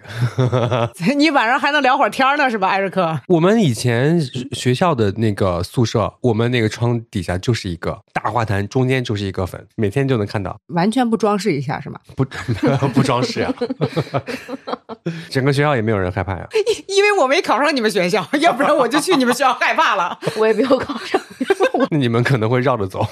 你晚上还能聊会儿天儿呢，是吧，艾瑞克？我们以前学学校的那个宿舍，我们那个窗底下就是一个大花坛，中间就是一个坟，每天就能看到，完全不装饰一下是吗？不 不装饰啊。整个学校也没有人害怕呀、 因为我没考上你们学校，要不然我就去你们学校害怕了。 我也没有考上， 那你们可能会绕着走。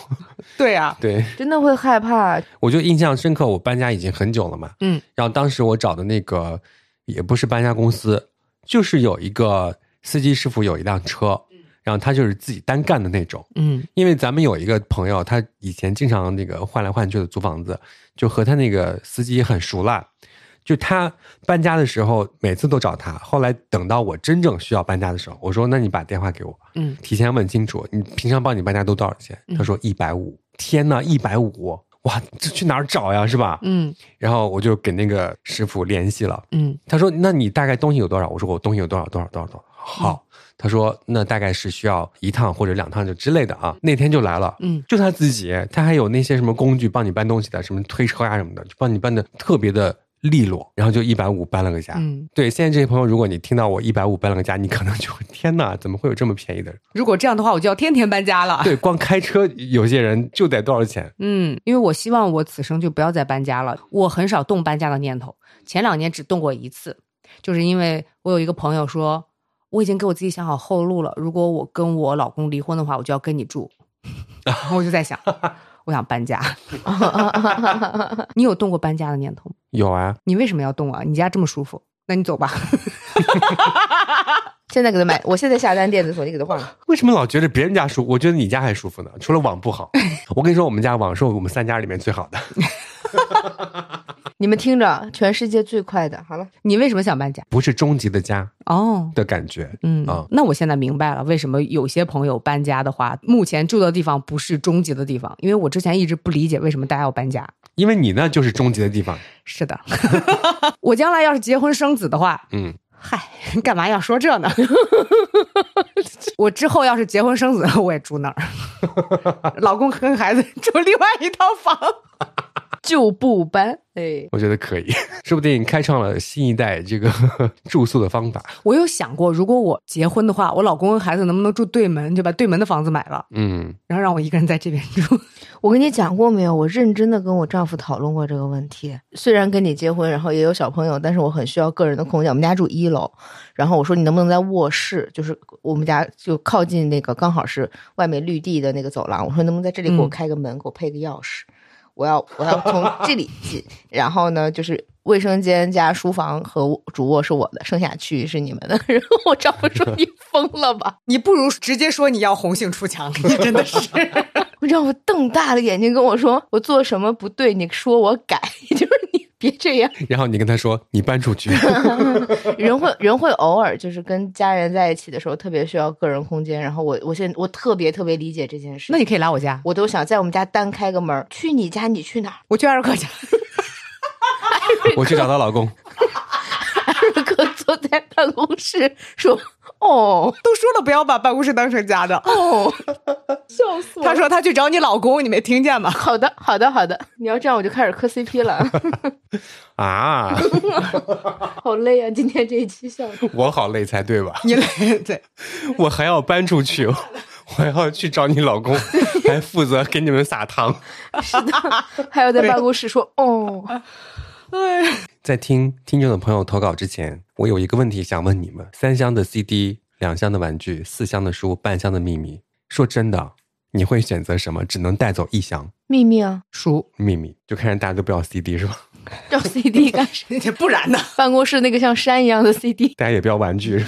对啊呀、对，真的会害怕。我就印象深刻，我搬家已经很久了嘛，嗯，然后当时我找的那个也不是搬家公司，就是有一个司机师傅有一辆车，然后他就是自己单干的那种。嗯因为咱们有一个朋友，他以前经常那个换来换去的租房子，就和他那个司机很熟了。就他搬家的时候，每次都找他。后来等到我真正需要搬家的时候，我说：“那你把电话给我，嗯，提前问清楚，你平常帮你搬家都多少钱？”嗯他说：“一百五。”天呐，一百五！哇，这去哪儿找呀？是吧？嗯然后我就给那个师傅联系了，嗯他说：“那你大概东西有多少？”我说：“我东西有多少多少多少多少。”嗯好，他说：“那大概是需要一趟或者两趟就之类的啊。”那天就来了，嗯，就他自己，他还有那些什么工具帮你搬东西的，什么推车啊什么的，就帮你搬的特别的利落，然后就一百五搬了个家。嗯，对，现在这些朋友，如果你听到我一百五搬了个家，你可能就会天哪，怎么会有这么便宜的人？如果这样的话，我就要天天搬家了。 对，光开车有些人就得多少钱？嗯，因为我希望我此生就不要再搬家了。我很少动搬家的念头，前两年只动过一次，就是因为我有一个朋友说，我已经给我自己想好后路了，如果我跟我老公离婚的话，我就要跟你 住。然后我就在想，我想搬 家。你有动过搬家的念头吗？有啊，你为什么要动啊？你家这么舒服，那你走吧。 现在给他买，我现在下单电子锁，你给他换了。为什么老觉得别人家舒服？我觉得你家还舒服呢，除了网不好。我跟你说，我们家网是我们三家里面最好的。你们听着，全世界最快的，好了，你为什么想搬家？不是终极的家哦，的感觉。嗯，啊那我现在明白了，为什么有些朋友搬家的话，目前住的地方不是终极的地方，因为我之前一直不理解为什么大家要搬家。因为你那就是终极的地方。是的， 我将来要是结婚生子的话，嗯，嗨，干嘛要说这 呢？我之后要是结婚生子，我也住那 儿，老公跟孩子住另外一套房。就不搬。哎，我觉得可以， 说不定开创了新一代这个 住宿的方法。我有想过，如果我结婚的话，我老公跟孩子能不能住对门，就把对门的房子买了，嗯，然后让我一个人在这边住。我跟你讲过没有？我认真的跟我丈夫讨论过这个问题。虽然跟你结婚，然后也有小朋友，但是我很需要个人的空间。我们家住一楼，然后我说你能不能在卧室，就是我们家就靠近那个刚好是外面绿地的那个走廊，我说能不能在这里给我嗯开个门，给我配个钥匙？我要我要从这里进，然后呢就是。卫生间加书房和主卧是我的，剩下区域是你们的。 然后我丈夫说：“你疯了吧？”你不如直接说你要红杏出墙，你真的是。我让我瞪大了眼睛跟我说：“我做什么不对？你说我改， 就是你别这样。然后你跟他说你搬出去，人会人会偶尔就是跟家人在一起的时候，特别需要个人空间。然后我我现在我特别特别理解这件事。那你可以来我家，我都想在我们家单开个门儿，去你家你去哪儿？ 我去二哥家。 我去找她老公。二哥坐在办公室说：哦都说了不要把办公室当成家的。哦，笑死我了！他说他去找你老公，你没听见吗？ 好的好的好的，你要这样我就开始磕 CP 了，啊，好累啊！今天这一期笑 的。”我好累才对吧？你来对，我还要搬出去，我要去找你老公，还负责给你们撒糖。是的，还要在办公室说哦，哎，在听听众的朋友投稿之前，我有一个问题想问你们：三箱的 CD，两箱的玩具，四箱的书，半箱的秘密。说真的，啊你会选择什么？只能带走一箱秘密啊， 叔，秘密，就看着大家都不要 CD 是吧？ 照 CD 干啥？不然呢？办公室那个像山一样的 CD，大家也不要玩具。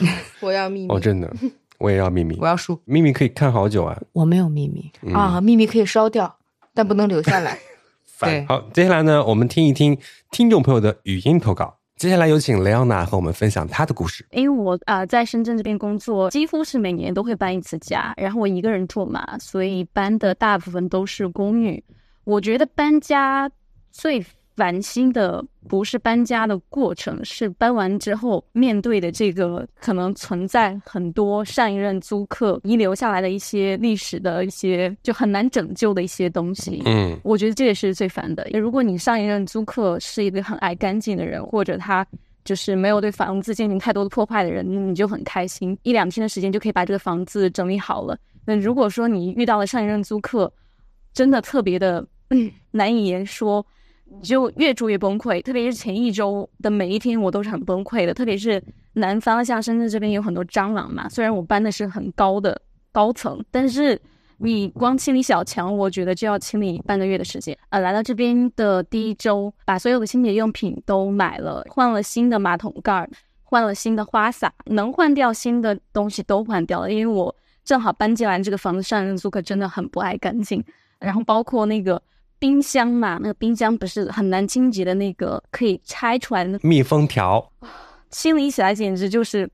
我要秘密哦，真的，我也要秘密我。要叔，秘密可以看好久啊。我没有秘密。嗯、啊，秘密可以烧掉，但不能留下来。烦对好，接下来呢，我们听一听听众朋友的语音投稿。接下来有请雷奥娜和我们分享她的故事。因为我啊、呃在深圳这边工作，几乎是每年都会搬一次家，然后我一个人住嘛，所以搬的大部分都是公寓。我觉得搬家最烦心的不是搬家的过程，是搬完之后面对的这个可能存在很多上一任租客遗留下来的一些历史的一些就很难拯救的一些东西。嗯我觉得这也是最烦的。如果你上一任租客是一个很爱干净的人，或者他就是没有对房子进行太多的破坏的人，你就很开心，一两天的时间就可以把这个房子整理好了。那如果说你遇到了上一任租客，真的特别的、嗯难以言说，你就越住越崩溃。特别是前一周的每一天，我都是很崩溃的。特别是南方，像深圳这边有很多蟑螂嘛，虽然我搬的是很高的高层，但是你光清理小墙，我觉得就要清理半个月的时间。呃，来到这边的第一周，把所有的清洁用品都买了，换了新的马桶盖儿，换了新的花洒，能换掉新的东西都换掉了，因为我正好搬进来这个房子，上任租客真的很不爱干净。然后包括那个冰箱嘛，那个冰箱不是很难清洁的那个，可以拆出来的那个密封条，清理起来简直就是，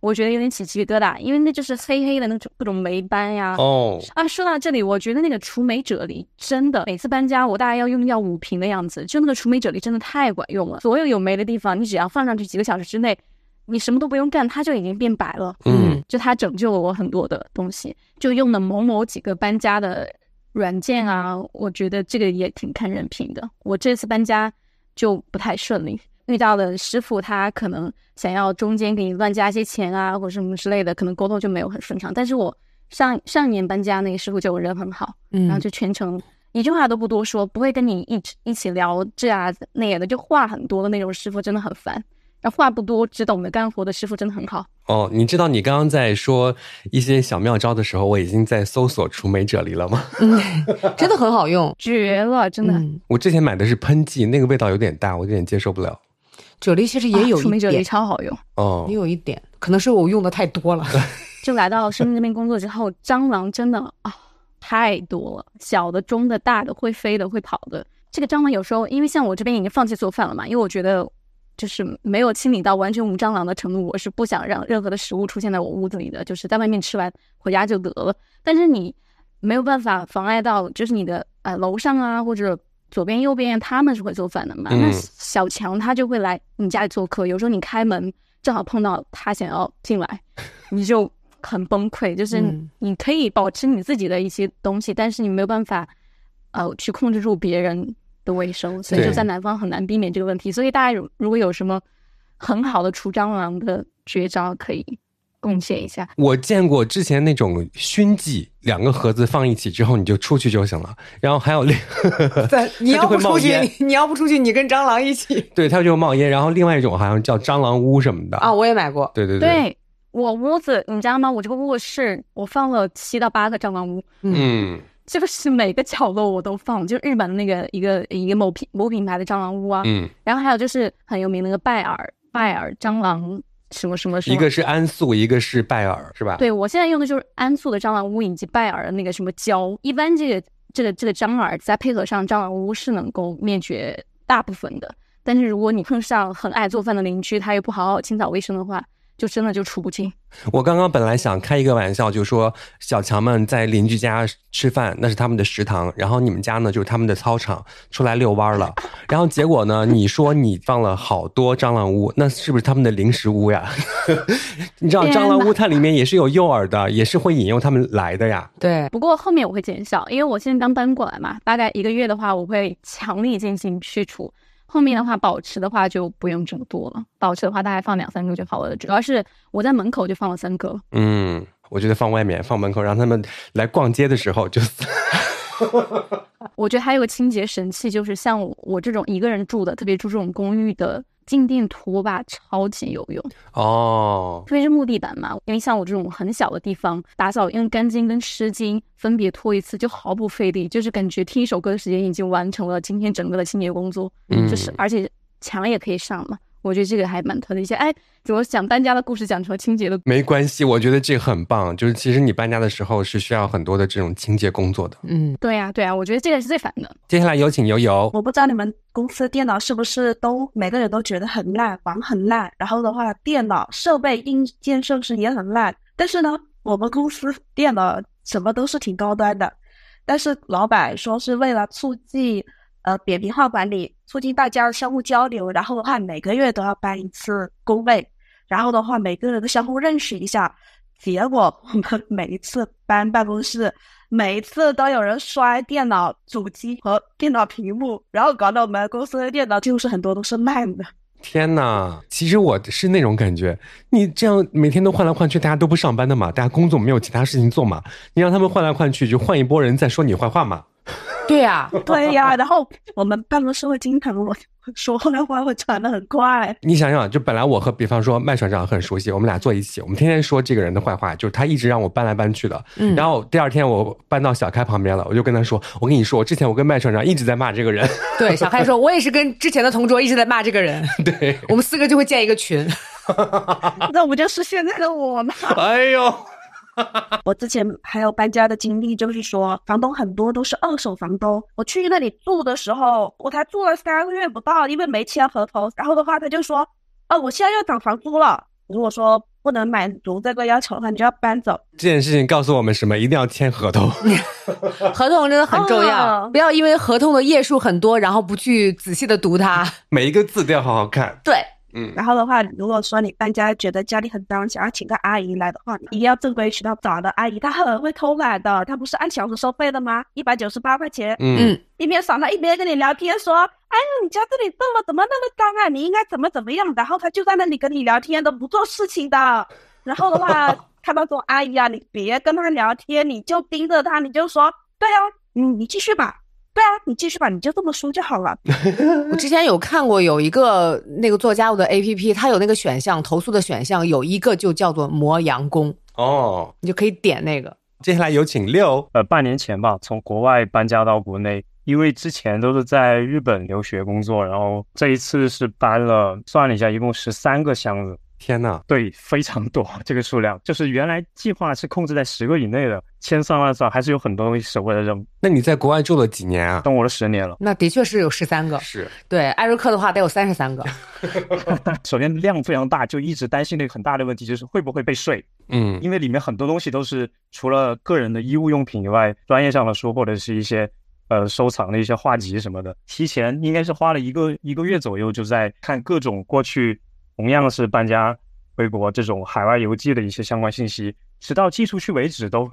我觉得有点起鸡皮疙瘩，因为那就是黑黑的那种各种霉斑呀。哦，啊，说到这里，我觉得那个除霉啫喱真的，每次搬家我大概要用掉五瓶的样子，就那个除霉啫喱真的太管用了。所有有霉的地方，你只要放上去几个小时之内，你什么都不用干，它就已经变白了。嗯，就它拯救了我很多的东西，就用的某某几个搬家的软件啊，我觉得这个也挺看人品的。我这次搬家就不太顺利，遇到的师傅他可能想要中间给你乱加一些钱啊，或者什么之类的，可能沟通就没有很顺畅。但是我上上一年搬家那个师傅就人很好，嗯然后就全程一句话都不多说，不会跟你一直一起聊这啊那也的，就话很多的那种师傅真的很烦。然后话不多，只懂得干活的师傅真的很好。哦，你知道你刚刚在说一些小妙招的时候，我已经在搜索“除霉啫喱”了吗？ 真的很好用，绝了，真的。嗯，我之前买的是喷剂，那个味道有点大，我有点接受不了。啫喱其实啊也有除霉一啫喱点，超好用。哦也，有一点，可能是我用的太多 了。就来到深圳这边工作之后，蟑螂真的啊、太多了，小的、中的、大的，会飞的、会跑的。这个蟑螂有时候，因为像我这边已经放弃做饭了嘛，因为我觉得就是没有清理到完全无蟑螂的程度，我是不想让任何的食物出现在我屋子里的，就是在外面吃完回家就得了。但是你没有办法妨碍到，就是你的呃楼上啊或者。左边、右边，他们是会做饭的嘛？那嗯小强他就会来你家里做客。有时候你开门，正好碰到他想要进来，你就很崩溃。就是嗯你可以保持你自己的一些东西，但是你没有办法，呃，去控制住别人的卫生，所以就对在南方很难避免这个问题。所以大家如如果有什么很好的除蟑螂的绝招，可以贡献一下。我见过之前那种熏剂，两个盒子放一起之后你就出去就行了。然后还有另， 但你它要就不会出冒去， 烟，你你要不出去，你跟蟑螂一 起对，它就冒烟。然后另外一种好像叫蟑螂屋什么的啊！，我也买过，对对对，对我屋子，你知道吗？我这个卧室我放了七到八个蟑螂屋，嗯这个是每个角落我都放，就是日本的那个一个一个某品某品牌的蟑螂屋啊，嗯，然后还有就是很有名的那个拜耳拜耳蟑螂什么什么什么，一个是安素，一个是拜耳，是吧？，对我现在用的就是安素的蟑螂屋以及拜耳的那个什么胶。一般这个这个这个蟑耳再配合上蟑螂屋是能够灭绝大部分的，但是如果你碰上很爱做饭的邻居，他又不好好清扫卫生的话，就真的就除不尽。我刚刚本来想开一个玩笑，就说小强们在邻居家吃饭，那是他们的食堂，然后你们家呢就是他们的操场，出来遛弯儿了。然后结果呢，你说你放了好多蟑螂屋，那是不是他们的零食屋呀？ 你知道天哪蟑螂屋它里面也是有诱饵的，也是会引诱他们来的呀。对，不过后面我会减少，因为我现在当搬过来嘛，大概一个月的话，我会强力进行去除。后面的话，保持的话就不用这么多了。保持的话，大概放两三个就好了。主要是我在门口就放了三个了。嗯，我觉得放外面，放门口，让他们来逛街的时候就我觉得还有个清洁神器，就是像我我这种一个人住的，特别住这种公寓的静电图吧，超级有用。 哦，特别是木地板嘛，因为像我这种很小的地方，打扫用干巾跟湿巾分别拖一次就毫不费力，就是感觉听一首歌的时间已经完成了今天整个的清洁工作。嗯就是而且墙也可以上嘛，我觉得这个还蛮特别一些。哎，怎么讲搬家的故事讲成了清洁的故事？没关系，我觉得这很棒。就是其实你搬家的时候是需要很多的这种清洁工作的。嗯，对呀、对呀、我觉得这个是最烦的。接下来有请悠悠。我不知道你们公司电脑是不是都每个人都觉得很烂，玩很烂，然后的话，电脑设备硬件设施也很烂。但是呢， 我们公司电脑什么都是挺高端的，但是老板说是为了促进呃扁平化管理，促进大家相互交流，然后的话每个月都要搬一次工位，然后的话每个人都相互认识一下。结果我们每一次搬办公室，每一次都有人摔电脑主机和电脑屏幕，然后搞得我们公司的电脑就是很多都是烂的。天呐，其实我是那种感觉，你这样每天都换来换去，大家都不上班的嘛，大家工作没有其他事情做嘛，你让他们换来换去，就换一波人再说你坏话嘛。对啊呀，对呀，然后我们办公室会经常我说后来话会传的很快， 你想想，就本来我和比方说麦船长很熟悉，我们俩坐一起，我们天天说这个人的坏话，就是他一直让我搬来搬去的。嗯然后第二天我搬到小开旁边了，我就跟他说：“我跟你说，我之前我跟麦船长一直在骂这个人。对，小开说，我也是跟之前的同桌一直在骂这个 人，”对，我们四个就会建一个群，那不就是现在的我吗？哎呦，我之前还有搬家的经历，就是说房东很多都是二手房东。我去那里住的时候，我才住了三个月不到，因为没签合同。然后的话，他就说：“哦，我现在要涨房租了。”如果说不能满足这个要求的话，你就要搬走。这件事情告诉我们什么？一定要签合同。合同真的很重要，啊不要因为合同的页数很多，然后不去仔细的读它。每一个字都要好好看。对，嗯然后的话，如果说你搬家觉得家里很脏，想要请个阿姨来的话，一定要正规渠道找的阿姨，她很会偷懒的，她不是按小时收费的吗？一百九十八块钱，嗯一边扫她一边跟你聊天说：“哎呀，你家这里怎么怎么那么脏啊？你应该怎么怎么样。”然后她就在那里跟你聊天，都不做事情的。然后的话，看到这种阿姨啊，你别跟她聊天，你就盯着她，你就说：“对啊，你你继续吧。”对啊，你继续吧，你就这么说就好了。我之前有看过有一个那个做家务的 A P P，它有那个选项投诉的选项，有一个就叫做磨洋工，哦，你就可以点那个。接下来有请六，呃，半年前吧，从国外搬家到国内，因为之前都是在日本留学工作，然后这一次是搬了，算了一下，一共十三个箱子，天呐，对，非常多这个数量，就是原来计划是控制在十个以内的，千算万算还是有很多东西舍不得扔，那你在国外住了几年啊？生活了十年了。那的确是有十三个，是，对，艾瑞克的话得有三十三个。首先量非常大，就一直担心那个很大的问题，就是会不会被税，嗯因为里面很多东西都是除了个人的衣物用品以外，专业上的书或者是一些呃收藏的一些画集什么的，提前应该是花了一个一个月左右，就在看各种过去同样是搬家回国这种海外游记的一些相关信息，直到寄出去为止都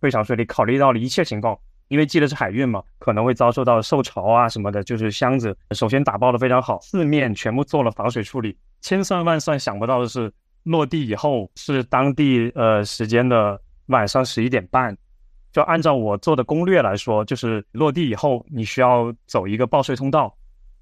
非常顺利，考虑到了一切情况。因为寄的是海运嘛，可能会遭受到受潮啊什么的，就是箱子首先打包的非常好，四面全部做了防水处理，千算万算想不到的是，落地以后是当地呃时间的晚上十一点半。就按照我做的攻略来说，就是落地以后你需要走一个报税通道，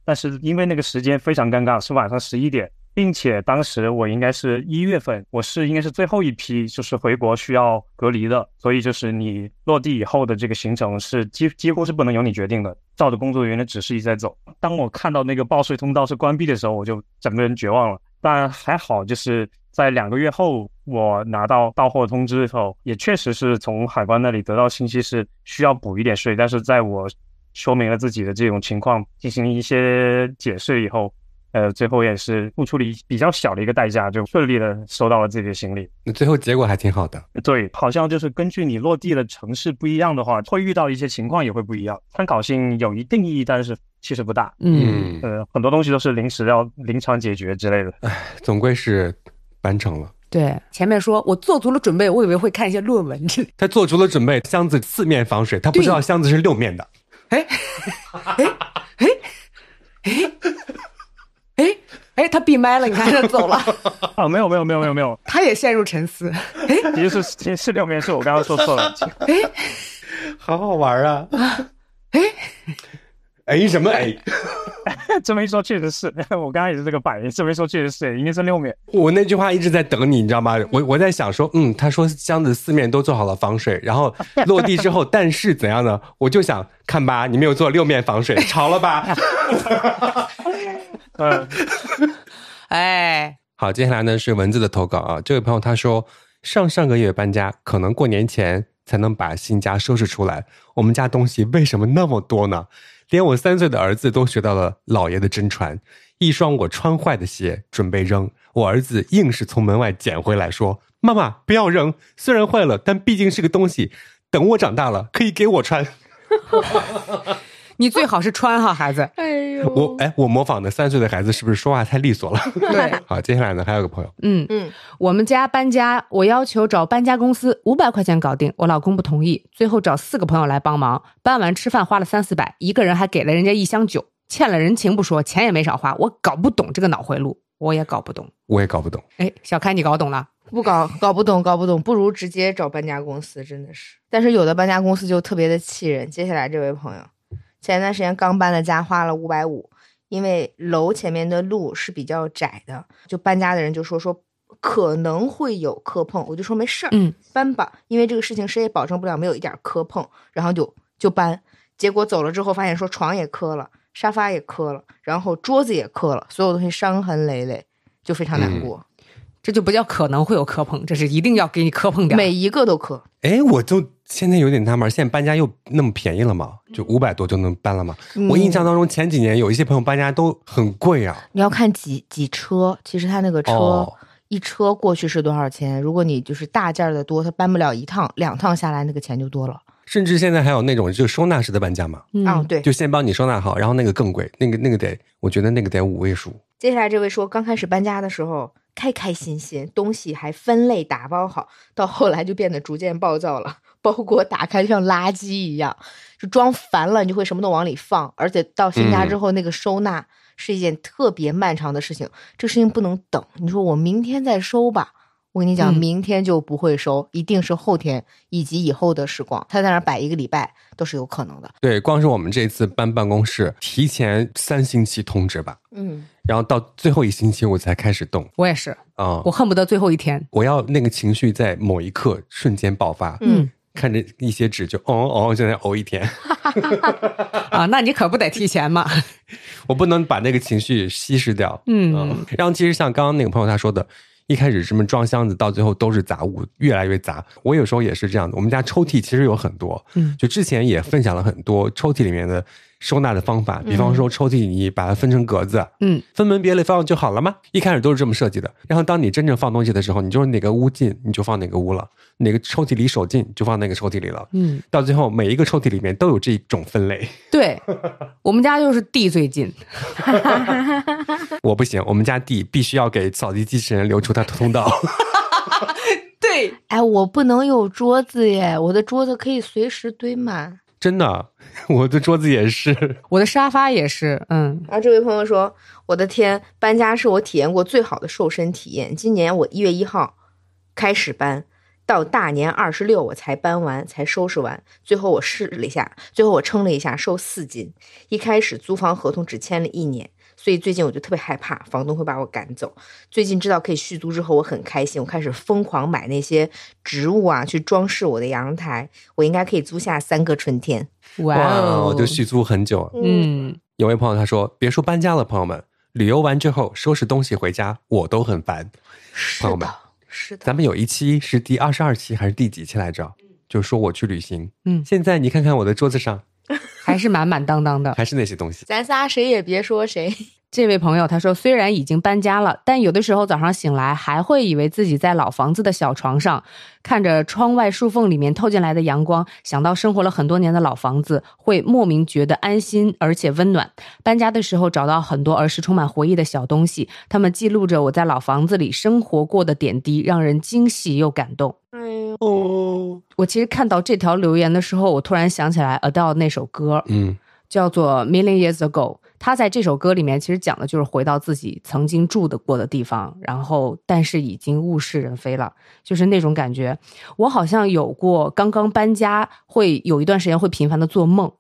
但是因为那个时间非常尴尬，是晚上十一点，并且当时我应该是一月份，我是应该是最后一批就是回国需要隔离的，所以就是你落地以后的这个行程是几几乎是不能由你决定的，照着工作人员的指示一直在走。当我看到那个报税通道是关闭的时候，我就整个人绝望了。但还好，就是在两个月后，我拿到到货通知后，也确实是从海关那里得到信息是需要补一点税，但是在我说明了自己的这种情况，进行一些解释以后，呃，最后也是付出了一比较小的一个代价，就顺利的收到了自己的行李。那最后结果还挺好的。对，好像就是根据你落地的城市不一样的话，会遇到一些情况也会不一样。参考性有一定意义，但是其实不大。嗯，呃，很多东西都是临时要临场解决之类的。 总归是完成了。对，前面说我做足了准备，我以为会看一些论文之类。他做足了准备，箱子四面防水，他不知道箱子是六面的。哎，哎，哎，哎，哎，哎，他闭麦了，你看他走了，啊，没有没有没有没有没有，他也陷入沉思。其实是其实是六面，是我刚刚说错了。 好好玩啊！ 哎，哎什么哎？这么一说确实是， 我刚刚也是这个反应。这么一说确实是，应该是六面。我那句话一直在等你，你知道吗？我我在想说，嗯，他说箱子四面都做好了防水，然后落地之后，但是怎样呢？我就想看吧，你没有做六面防水， 潮了吧？嗯，哎，好，接下来呢是文字的投稿啊。这位朋友他说，上上个月搬家，可能过年前才能把新家收拾出来。我们家东西为什么那么多呢？连我三岁的儿子都学到了老爷的真传。一双我穿坏的鞋准备扔，我儿子硬是从门外捡回来，说：“妈妈，不要扔，虽然坏了，但毕竟是个东西，等我长大了可以给我穿。”你最好是穿哈，孩子。哎哦呦我哎，我模仿的三岁的孩子是不是说话太利索了？ 对，好，接下来呢还有个朋友，嗯，嗯，我们家搬家，我要求找搬家公司五百块钱搞定，我老公不同意，最后找四个朋友来帮忙，搬完吃饭花了三四百，一个人还给了人家一箱酒，欠了人情不说，钱也没少花，我搞不懂这个脑回路，我也搞不懂。我也搞不懂。哎，小开，你搞懂了？不搞搞不懂，搞不懂，不如直接找搬家公司，真的是。但是有的搬家公司就特别的气人。接下来这位朋友，前段时间刚搬的家，花了五百五，因为楼前面的路是比较窄的，就搬家的人就说说可能会有磕碰，我就说没事儿，嗯，搬吧，因为这个事情谁也保证不了没有一点磕碰，然后就就搬。结果走了之后发现说床也磕了，沙发也磕了，然后桌子也磕了，所有东西伤痕累累，就非常难嗯过，这就不叫可能会有磕碰，这是一定要给你磕碰点儿。每一个都磕。哎，我就现在有点纳闷儿，现在搬家又那么便宜了吗？就五百多就能搬了吗？嗯我印象当中前几年有一些朋友搬家都很贵啊。你要看几几车，其实他那个车、哦一车过去是多少钱？如果你就是大件儿的多，他搬不了一趟，两趟下来那个钱就多了。甚至现在还有那种就收纳式的搬家嘛，嗯啊，对。就先帮你收纳好，然后那个更贵，那个那个得，我觉得那个得五位数。接下来这位说，刚开始搬家的时候开开心心，东西还分类打包好，到后来就变得逐渐暴躁了，包裹打开像垃圾一样，就装烦了，你就会什么都往里放，而且到新家之后，那个收纳是一件特别漫长的事情，这事情不能等。你说我明天再收吧。我跟你讲，嗯明天就不会收，一定是后天以及以后的时光。他在那儿摆一个礼拜都是有可能的。对，光是我们这次搬办公室，提前三星期通知吧，嗯，然后到最后一星期我才开始动我也是，啊、我恨不得最后一天。我要那个情绪在某一刻瞬间爆发，嗯，看着一些纸就哦哦，现在哦一天， 啊，那你可不得提前 嘛。我不能把那个情绪稀释掉。嗯，然后其实像刚刚那个朋友他说的，一开始什么装箱子，到最后都是杂物，越来越杂。我有时候也是这样的，我们家抽屉其实有很多，嗯就之前也分享了很多抽屉里面的收纳的方法，比方说抽屉你把它分成格子，嗯，分门别类放就好了吗？一开始都是这么设计的，然后当你真正放东西的时候，你就是哪个屋进你就放哪个屋了，哪个抽屉离手近就放那个抽屉里了。嗯，到最后，每一个抽屉里面都有这种分类。对，我们家就是地最近，我不行，我们家地必须要给扫地机器人留出它的通道。对，哎，我不能有桌子耶，我的桌子可以随时堆满。真的， 我的桌子也是。我的沙发也是，嗯，然后这位朋友说：“我的天，搬家是我体验过最好的瘦身体验。今年我一月一号开始搬，到大年二十六我才搬完，才收拾完。最后我试了一下，最后我称了一下，瘦四斤。一开始租房合同只签了一年。”所以最近我就特别害怕房东会把我赶走。最近知道可以续租之后，我很开心，我开始疯狂买那些植物啊，去装饰我的阳台。我应该可以租下三个春嗯天。 哇哇，哦我，就续租很久。嗯，有位朋友他说：“别说搬家了，朋友们，旅游完之后收拾东西回家，我都很烦。是朋友们的，是的。咱们有一期是第二十二期还是第几期来着？就说我去旅行，嗯现在你看看我的桌子上还是满满当当的。还是那些东 西。咱仨谁也别说谁。这位朋友他说，虽然已经搬家了，但有的时候早上醒来还会以为自己在老房子的小床上，看着窗外树缝里面透进来的阳光，想到生活了很多年的老房子，会莫名觉得安心而且温暖。搬家的时候找到很多儿时充满回忆的小东西，他们记录着我在老房子里生活过的点滴，让人惊喜又感动。哎呦，我其实看到这条留言的时候，我突然想起来 Adele 那首歌，嗯，叫做《Million Years Ago》。他在这首歌里面其实讲的就是回到自己曾经住的过的地方，然后但是已经物是人非了，就是那种感觉。我好像有过刚刚搬家，会有一段时间会频繁的做梦，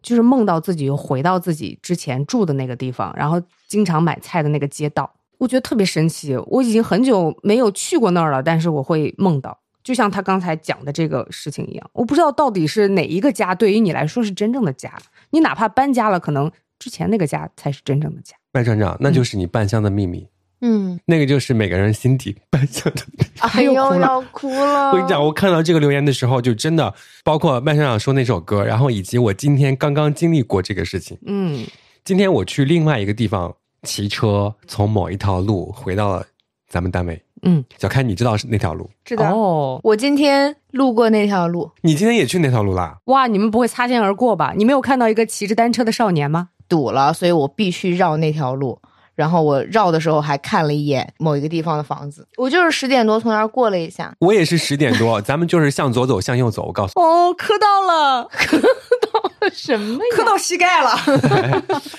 就是梦到自己又回到自己之前住的那个地方，然后经常买菜的那个街道，我觉得特别神奇。我已经很久没有去过那儿了，但是我会梦到。就像他刚才讲的这个事情一样，我不知道到底是哪一个家对于你来说是真正的家，你哪怕搬家了，可能之前那个家才是真正的家。麦船长，那就是你半箱的秘密， 嗯，那个就是每个人心底半箱的秘密。哎又呦，哭了要哭了。哦我跟你讲，我看到这个留言的时候，就真的包括麦船长说那首歌，然后以及我今天刚刚经历过这个事情。嗯今天我去另外一个地方骑车，从某一条路回到了咱们单位。嗯，小开，你知道是那条路？知道。哦，我今天路过那条路，你今天也去那条路啦？哇，你们不会擦肩而过吧？你没有看到一个骑着单车的少年吗？堵了，所以我必须绕那条路。然后我绕的时候还看了一眼某一个地方的房子，我就是十点多从那儿过了一下。我也是十点多， 咱们就是向左走，向右走。我告诉哦， 磕到了， 什么磕到膝盖了。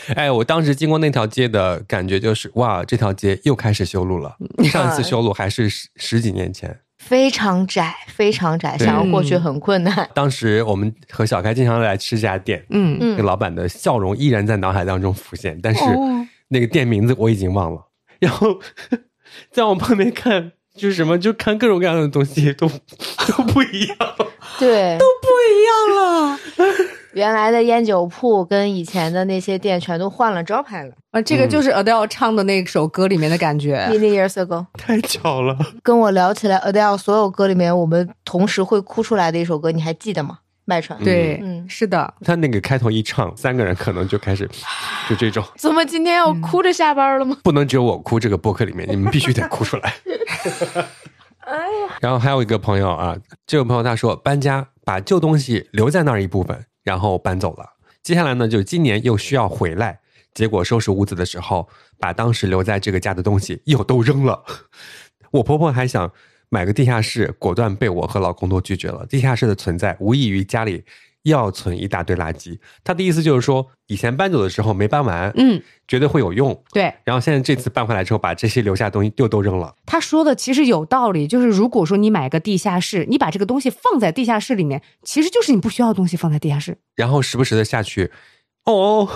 你，哎，我当时经过那条街的感觉就是，哇，这条街又开始修路了。上一次修路还是十十几年前。非常窄，非常窄，对想要过去很困难。当时我们和小开经常来吃这家店，嗯，那个嗯，老板的笑容依然在脑海当中浮现，但是那个店名字我已经忘了。然后在我旁边看，就是什么，就看各种各样的东西都都不一样。 对，不一样了。 原来的烟酒铺跟以前的那些店全都换了招牌了。啊，这个就是 Adele 唱的那首歌里面的感觉。 Many years ago，太巧了，跟我聊起来 Adele 所有歌里面，我们同时会哭出来的一首歌，你还记得吗？麦船。对，嗯是的，他那个开头一唱，三个人可能就开始就这种，怎么今天要哭着下班了吗？不能只有我哭。这个播客里面，你们必须得哭出来。然后还有一个朋友啊，这位朋友他说搬家把旧东西留在那儿一部分，然后搬走了。接下来呢，就今年又需要回来，结果收拾屋子的时候，把当时留在这个家的东西又都扔了。 我婆婆还想买个地下室，果断被我和老公都拒绝了。地下室的存在无异于家里要存一大堆垃圾。她的意思就是说，以前搬走的时候没搬完，嗯，觉得会有用，对，然后现在这次搬回来之后，把这些留下的东西又都扔了。他说的其实有道理，就是如果说你买个地下室，你把这个东西放在地下室里面，其实就是你不需要的东西放在地下室。然后时不时的下去，哦，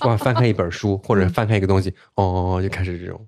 哇，翻开一本书或者翻开一个东西，哦，就开始这种，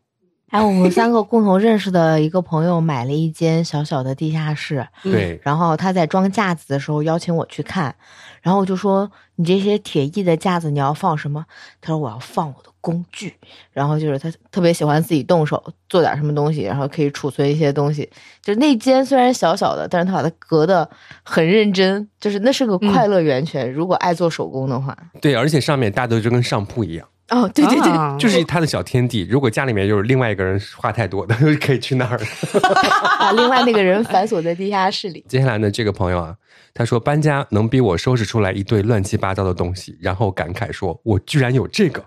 哎，我们三个共同认识的一个朋友买了一间小小的地下室，嗯对，然后他在装架子的时候邀请我去看，然后我就说你这些铁艺的架子你要放什么？他说我要放我的工具，然后就是他特别喜欢自己动手做点什么东西，然后可以储存一些东西。就是那间虽然小小的，但是他把它隔得很认真，就是那是个快乐源泉。如果爱做手工的话，对，而且上面搭的就跟上铺一样，哦，对对对， 啊就是他的小天地。如果家里面就是另外一个人话太多的， 可以去那儿。把另外那个人反锁在地下室里。接下来呢，这个朋友啊，他说搬家能逼我收拾出来一堆乱七八糟的东西，然后感慨说：“我居然有这个！”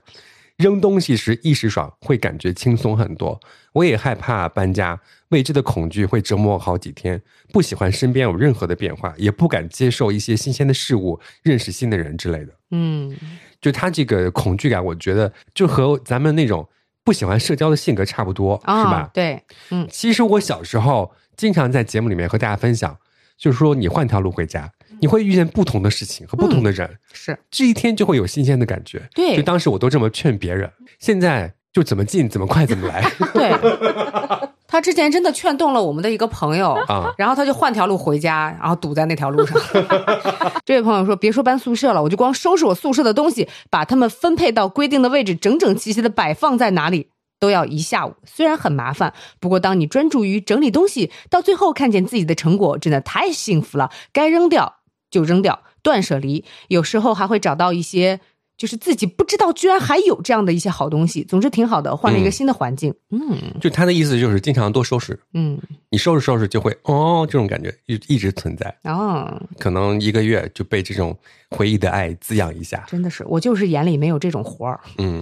扔东西时一时爽，会感觉轻松很多。我也害怕搬家，未知的恐惧会折磨我好几天。不喜欢身边有任何的变化，也不敢接受一些新鲜的事物，认识新的人之类的。嗯，就他这个恐惧感，我觉得就和咱们那种不喜欢社交的性格差不多，啊，是吧？对，其实我小时候经常在节目里面和大家分享，就是说你换条路回家，嗯你会遇见不同的事情和不同的人，是这一天就会有新鲜的感觉。嗯对就当时我都这么劝别人，现在就怎么进怎么快怎么 来对。他之前真的劝动了我们的一个朋友，啊！然后他就换条路回家，然后堵在那条路上。 这位朋友说：“别说搬宿舍了，我就光收拾我宿舍的东西，把它们分配到规定的位置，整整齐齐的摆放在哪里，都要一下午。虽然很麻烦，不过当你专注于整理东西，到最后看见自己的成果，真的太幸福了。该扔掉就扔掉，断舍离。有时候还会找到一些。”就是自己不知道，居然还有这样的一些好东西，总之挺好的。换了一个嗯新的环境，嗯就他的意思就是经常多收拾，嗯，你收拾收拾就会哦，这种感觉一一直存在，哦，可能一个月就被这种回忆的爱滋养一下。真的是，我就是眼里没有这种活儿。嗯，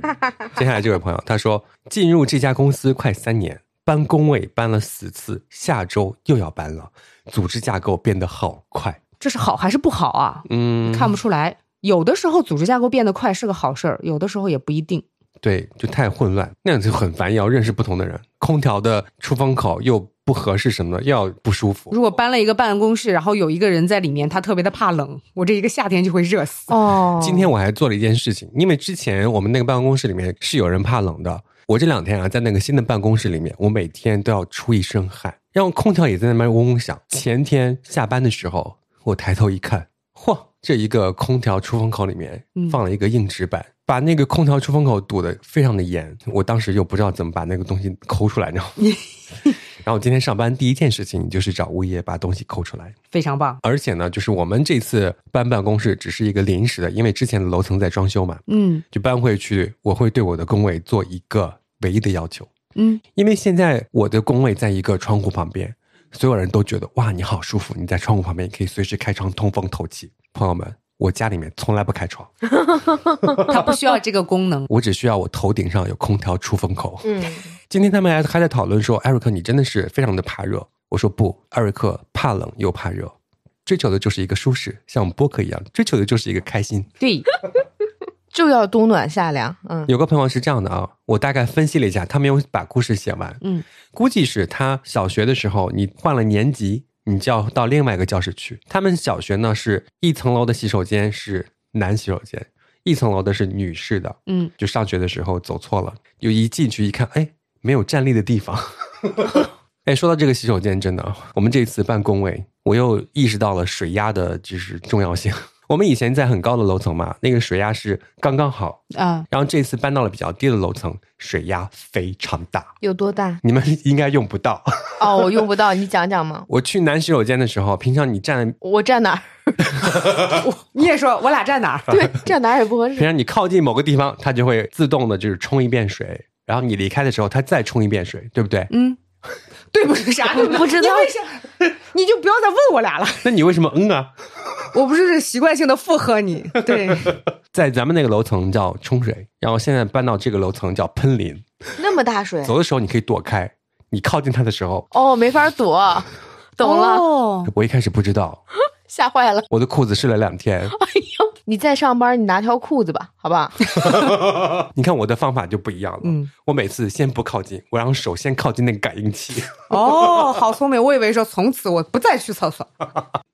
接下来这位朋友他说，进入这家公司快三年，搬工位搬了四次，下周又要搬了，组织架构变得好快。这是好还是不好啊？嗯，看不出来。有的时候组织架构变得快是个好事儿，有的时候也不一定。对，就太混乱，那样就很烦，要认识不同的人，空调的出风口又不合适什么的，又要不舒服。如果搬了一个办公室，然后有一个人在里面，他特别的怕冷，我这一个夏天就会热死。哦， 今天我还做了一件事情，因为之前我们那个办公室里面是有人怕冷的。我这两天啊，在那个新的办公室里面，我每天都要出一身汗，然后空调也在那边嗡嗡响。前天下班的时候，我抬头一看，嚯，这一个空调出风口里面嗯放了一个硬纸板，把那个空调出风口堵得非常的严。我当时又不知道怎么把那个东西抠出来，你知道吗？然后今天上班第一件事情就是找物业把东西抠出来。非常棒，而且呢，就是我们这次搬办公室只是一个临时的，因为之前的楼层在装修嘛，嗯就搬回去，我会对我的工位做一个唯一的要求，嗯，因为现在我的工位在一个窗户旁边，所有人都觉得哇，你好舒服，你在窗户旁边，你可以随时开窗通风透气。朋友们，我家里面从来不开窗，。他不需要这个功能 我只需要我头顶上有空调出风口。嗯，今天他们还还在讨论说，艾瑞克，你真的是非常的怕热。我说不，艾瑞克怕冷又怕热，追求的就是一个舒适，像我们播客一样，追求的就是一个开心。对，就要冬暖夏凉，嗯，有个朋友是这样的啊，我大概分析了一下，他没有把故事写完，嗯，估计是他小学的时候，你换了年级，你就要到另外一个教室去。他们小学呢是一层楼的洗手间是男洗手间，一层楼的是女士的，嗯，就上学的时候走错了，就一进去一看，哎，没有站立的地方。 哎，说到这个洗手间，真的，我们这次办公位，我又意识到了水压的就是重要性。 我们以前在很高的楼层嘛，那个水压是刚刚好，嗯啊、然后这次搬到了比较低的楼层，水压非常大，有多大？你们应该用不到。 哦，我用不到，你讲讲嘛。我去男洗手间的时候，平常你站，我站哪儿？你也说我俩站哪儿？ 对，站哪儿也不合平适。常你靠近某个地方，它就会自动的就是冲一遍水，然后你离开的时候，它再冲一遍水，对不对？嗯，对不是啥？不知道你为啥？你就不要再问我俩了，那你为什么嗯啊？我不是习惯性的附和你。对，在咱们那个楼层叫冲水，然后现在搬到这个楼层叫喷淋。那么大水走的时候你可以躲开，你靠近它的时候， 哦，没法躲，懂了，哦我一开始不知道，吓坏了。我的裤子试了两 天。你再上班，你拿条裤子吧，好不 好？你看我的方法就不一样了，嗯，我每次先不靠近，我让手先靠近那个感应器。哦，好聪明！我以为说从此我不再去厕所。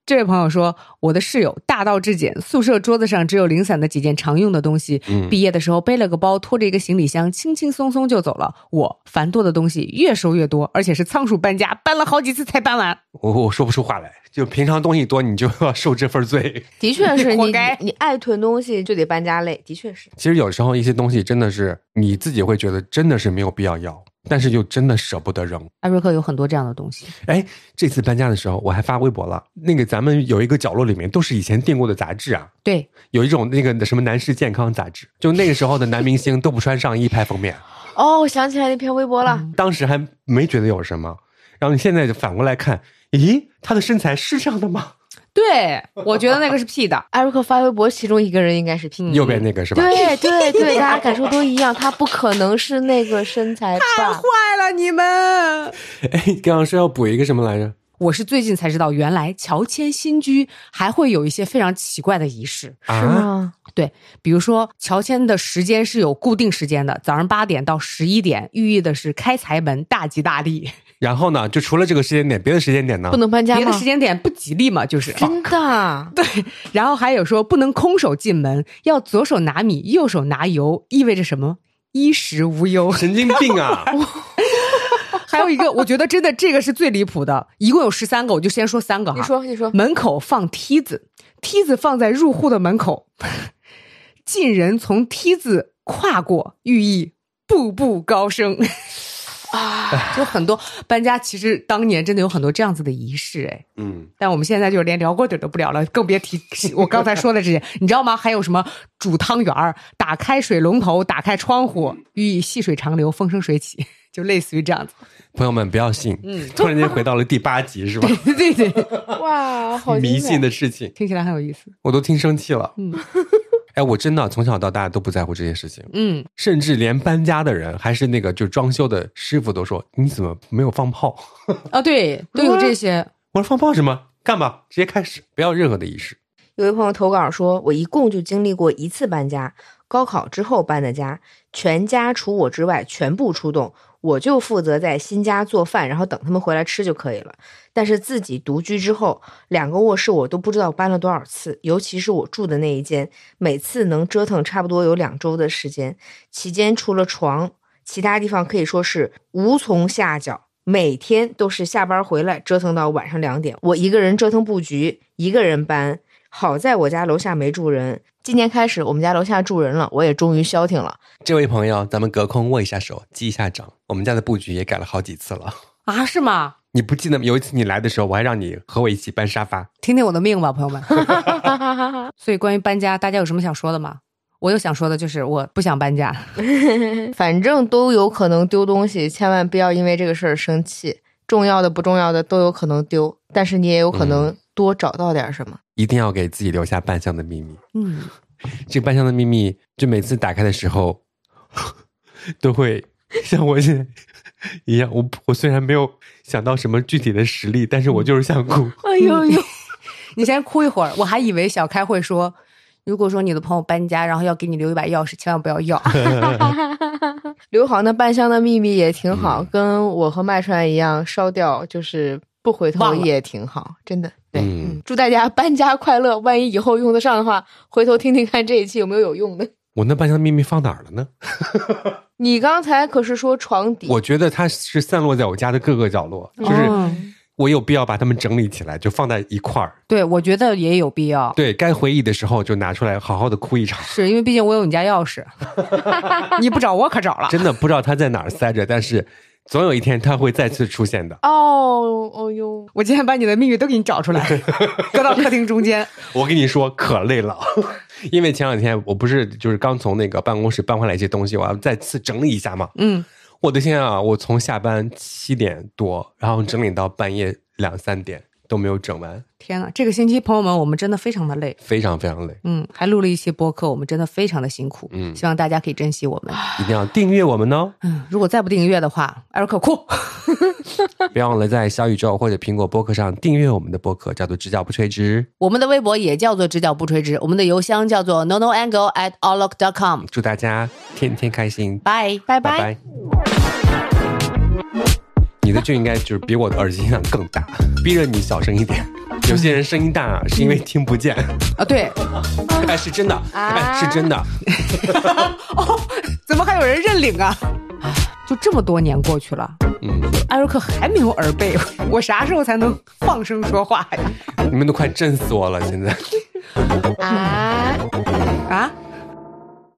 这位朋友说，我的室友大道至简，宿舍桌子上只有零散的几件常用的东西。嗯毕业的时候背了个包，拖着一个行李箱，轻轻松松就走了。我繁多的东西越收越多，而且是仓鼠搬家，搬了好几次才搬完。我我说不出话来，就平常东西多，你就要受这份罪。的确是活你该，你爱囤东西就得搬家累，的确是。其实有时候一些东西真的是你自己会觉得真的是没有必要要，但是又真的舍不得扔。艾瑞克有很多这样的东西，哎，这次搬家的时候我还发微博了，那个咱们有一个角落里面都是以前订过的杂志啊，对，有一种那个什么男士健康杂志，就那个时候的男明星都不穿上衣拍封面，哦，我想起来那篇微博了，。当时还没觉得有什么，然后你现在就反过来看，咦，他的身材是这样的吗？对我觉得那个是屁的艾瑞克发微博，其中一个人应该是 P。右边那个是吧？对对对， 大家感受都一样，他不可能是那个身材吧？坏了你们！哎，刚刚说要补一个什么来着？我是最近才知道，原来乔迁新居还会有一些非常奇怪的仪式。啊，是吗？比如说，乔迁的时间是有固定时间的，早上八点到十一点，寓意的是开财门、大吉大利。然后呢，就除了这个时间点，别的时间点呢不？能搬家别吗的？时间点不吉利嘛，就是。真的 啊？然后还有说，不能空手进门，要左手拿米，右手拿油，意味着什么？衣食无忧。 神经病 啊！还有一个，我觉得真的这个是最离谱的，一共有十三个，我就先说三个哈。你说，你说，门口放梯子，梯子放在入户的门口， 进人从梯子跨过，寓意步步高升啊！就很多搬家，其实当年真的有很多这样子的仪式，哎，嗯，但我们现在就是连聊过底儿都不聊了，更别提我刚才说的这些，你知道吗？还有什么煮汤圆儿，打开水龙头，打开窗户，寓意细水长流、风生水起， 就类似于这样子。 朋友们不要信。嗯突然间回到了第八集是吧？对对，哇， 好啊迷精彩信的事情，听起来很有意思。我都听生气了。嗯 哎，我真的从小到大都不在乎这些事情，嗯，甚至连搬家的人还是那个就装修的师傅都说：“你怎么没有放炮啊，对，都有这些。？”嗯我说：“放炮什么？干吧，直接开始，不要任何的仪式。有位朋友投稿说，我一共就经历过一次搬家，高考之后搬的家，全家除我之外全部出动，我就负责在新家做饭，然后等他们回来吃就可以了。但是自己独居之后，两个卧室我都不知道搬了多少次，尤其是我住的那一间，每次能折腾差不多有两周的时间，期间除了床，其他地方可以说是无从下脚。每天都是下班回来折腾到晚上两点，我一个人折腾布局，一个人搬，好在我家楼下没住人。今年开始，我们家楼下住人了，我也终于消停了。”这位朋友，咱们隔空握一下手，击一下掌。我们家的布局也改了好几次了。啊，是吗？你不记得有一次你来的时候，我还让你和我一起搬沙发。听听我的命吧，朋友 们。所以关于搬家，大家有什么想说的吗？我有想说的，就是我不想搬家。嗯反正都有可能丢东西，千万不要因为这个事儿生气。重要的、不重要的都有可能丢，但是你也有可嗯能多找到点什么。一定要给自己留下半箱的秘密。嗯，这个半箱的秘密，就每次打开的时候， 都会像我现在一样。我我虽然没有想到什么具体的实例，但是我就是想哭。哎呦呦， 你先哭一会儿。我还以为小开会说，如果说你的朋友搬家，然后要给你留一把钥匙，千万不要 要。刘航的半箱的秘密也挺好，嗯跟我和麦川一样，烧掉就是不回头忘了也挺好，真的。对，嗯祝大家搬家快乐。万一以后用得上的话，回头听听看这一期有没有有用的。我那半箱的秘密放哪儿了呢？你刚才可是说床底，我觉得它是散落在我家的各个角落，就是哦我有必要把它们整理起来，就放在一块儿。对，我觉得也有必要，对该回忆的时候就拿出来，好好的哭一场。是因为毕竟我有你家钥 匙，你不找我可找了。真的不知道它在哪儿塞着，但是总有一天它会再次出现的。哦哦哟，我今天把你的秘密都给你找出来，搁到客厅中间。我跟你说，可累了，因为前两天我不是就是刚从那个办公室搬回来一些东西，我要再次整理一下嘛。嗯，我的天啊，我从下班七点多，然后整理到半夜两三点，都没有整完， 天呐，这个星期朋友们，我们真的非常的累，非常非常累。嗯，还录了一期播客，我们真的非常的辛苦，嗯希望大家可以珍惜我们。 一定要订阅我们哦！嗯，如果再不订阅的话，艾瑞克哭。 别忘了在小宇宙或者苹果播客上订阅我们的播客，叫做“直角不垂直我们的微博也叫做直角不垂直，我们的邮箱叫做 no no angle at outlook dot com”。。祝大家天天开心，拜拜拜拜。你的就应该就是比我的耳机音量更大，逼着你小声一点。有些人声音大啊是因为听不见，啊！对， 哎，是真的，哎，是真的。哦，怎么还有人认领啊？就这么多年过去了，嗯，艾瑞克还没有耳背，我啥时候才能放声说话呀？你们都快震死我了！现在啊。啊？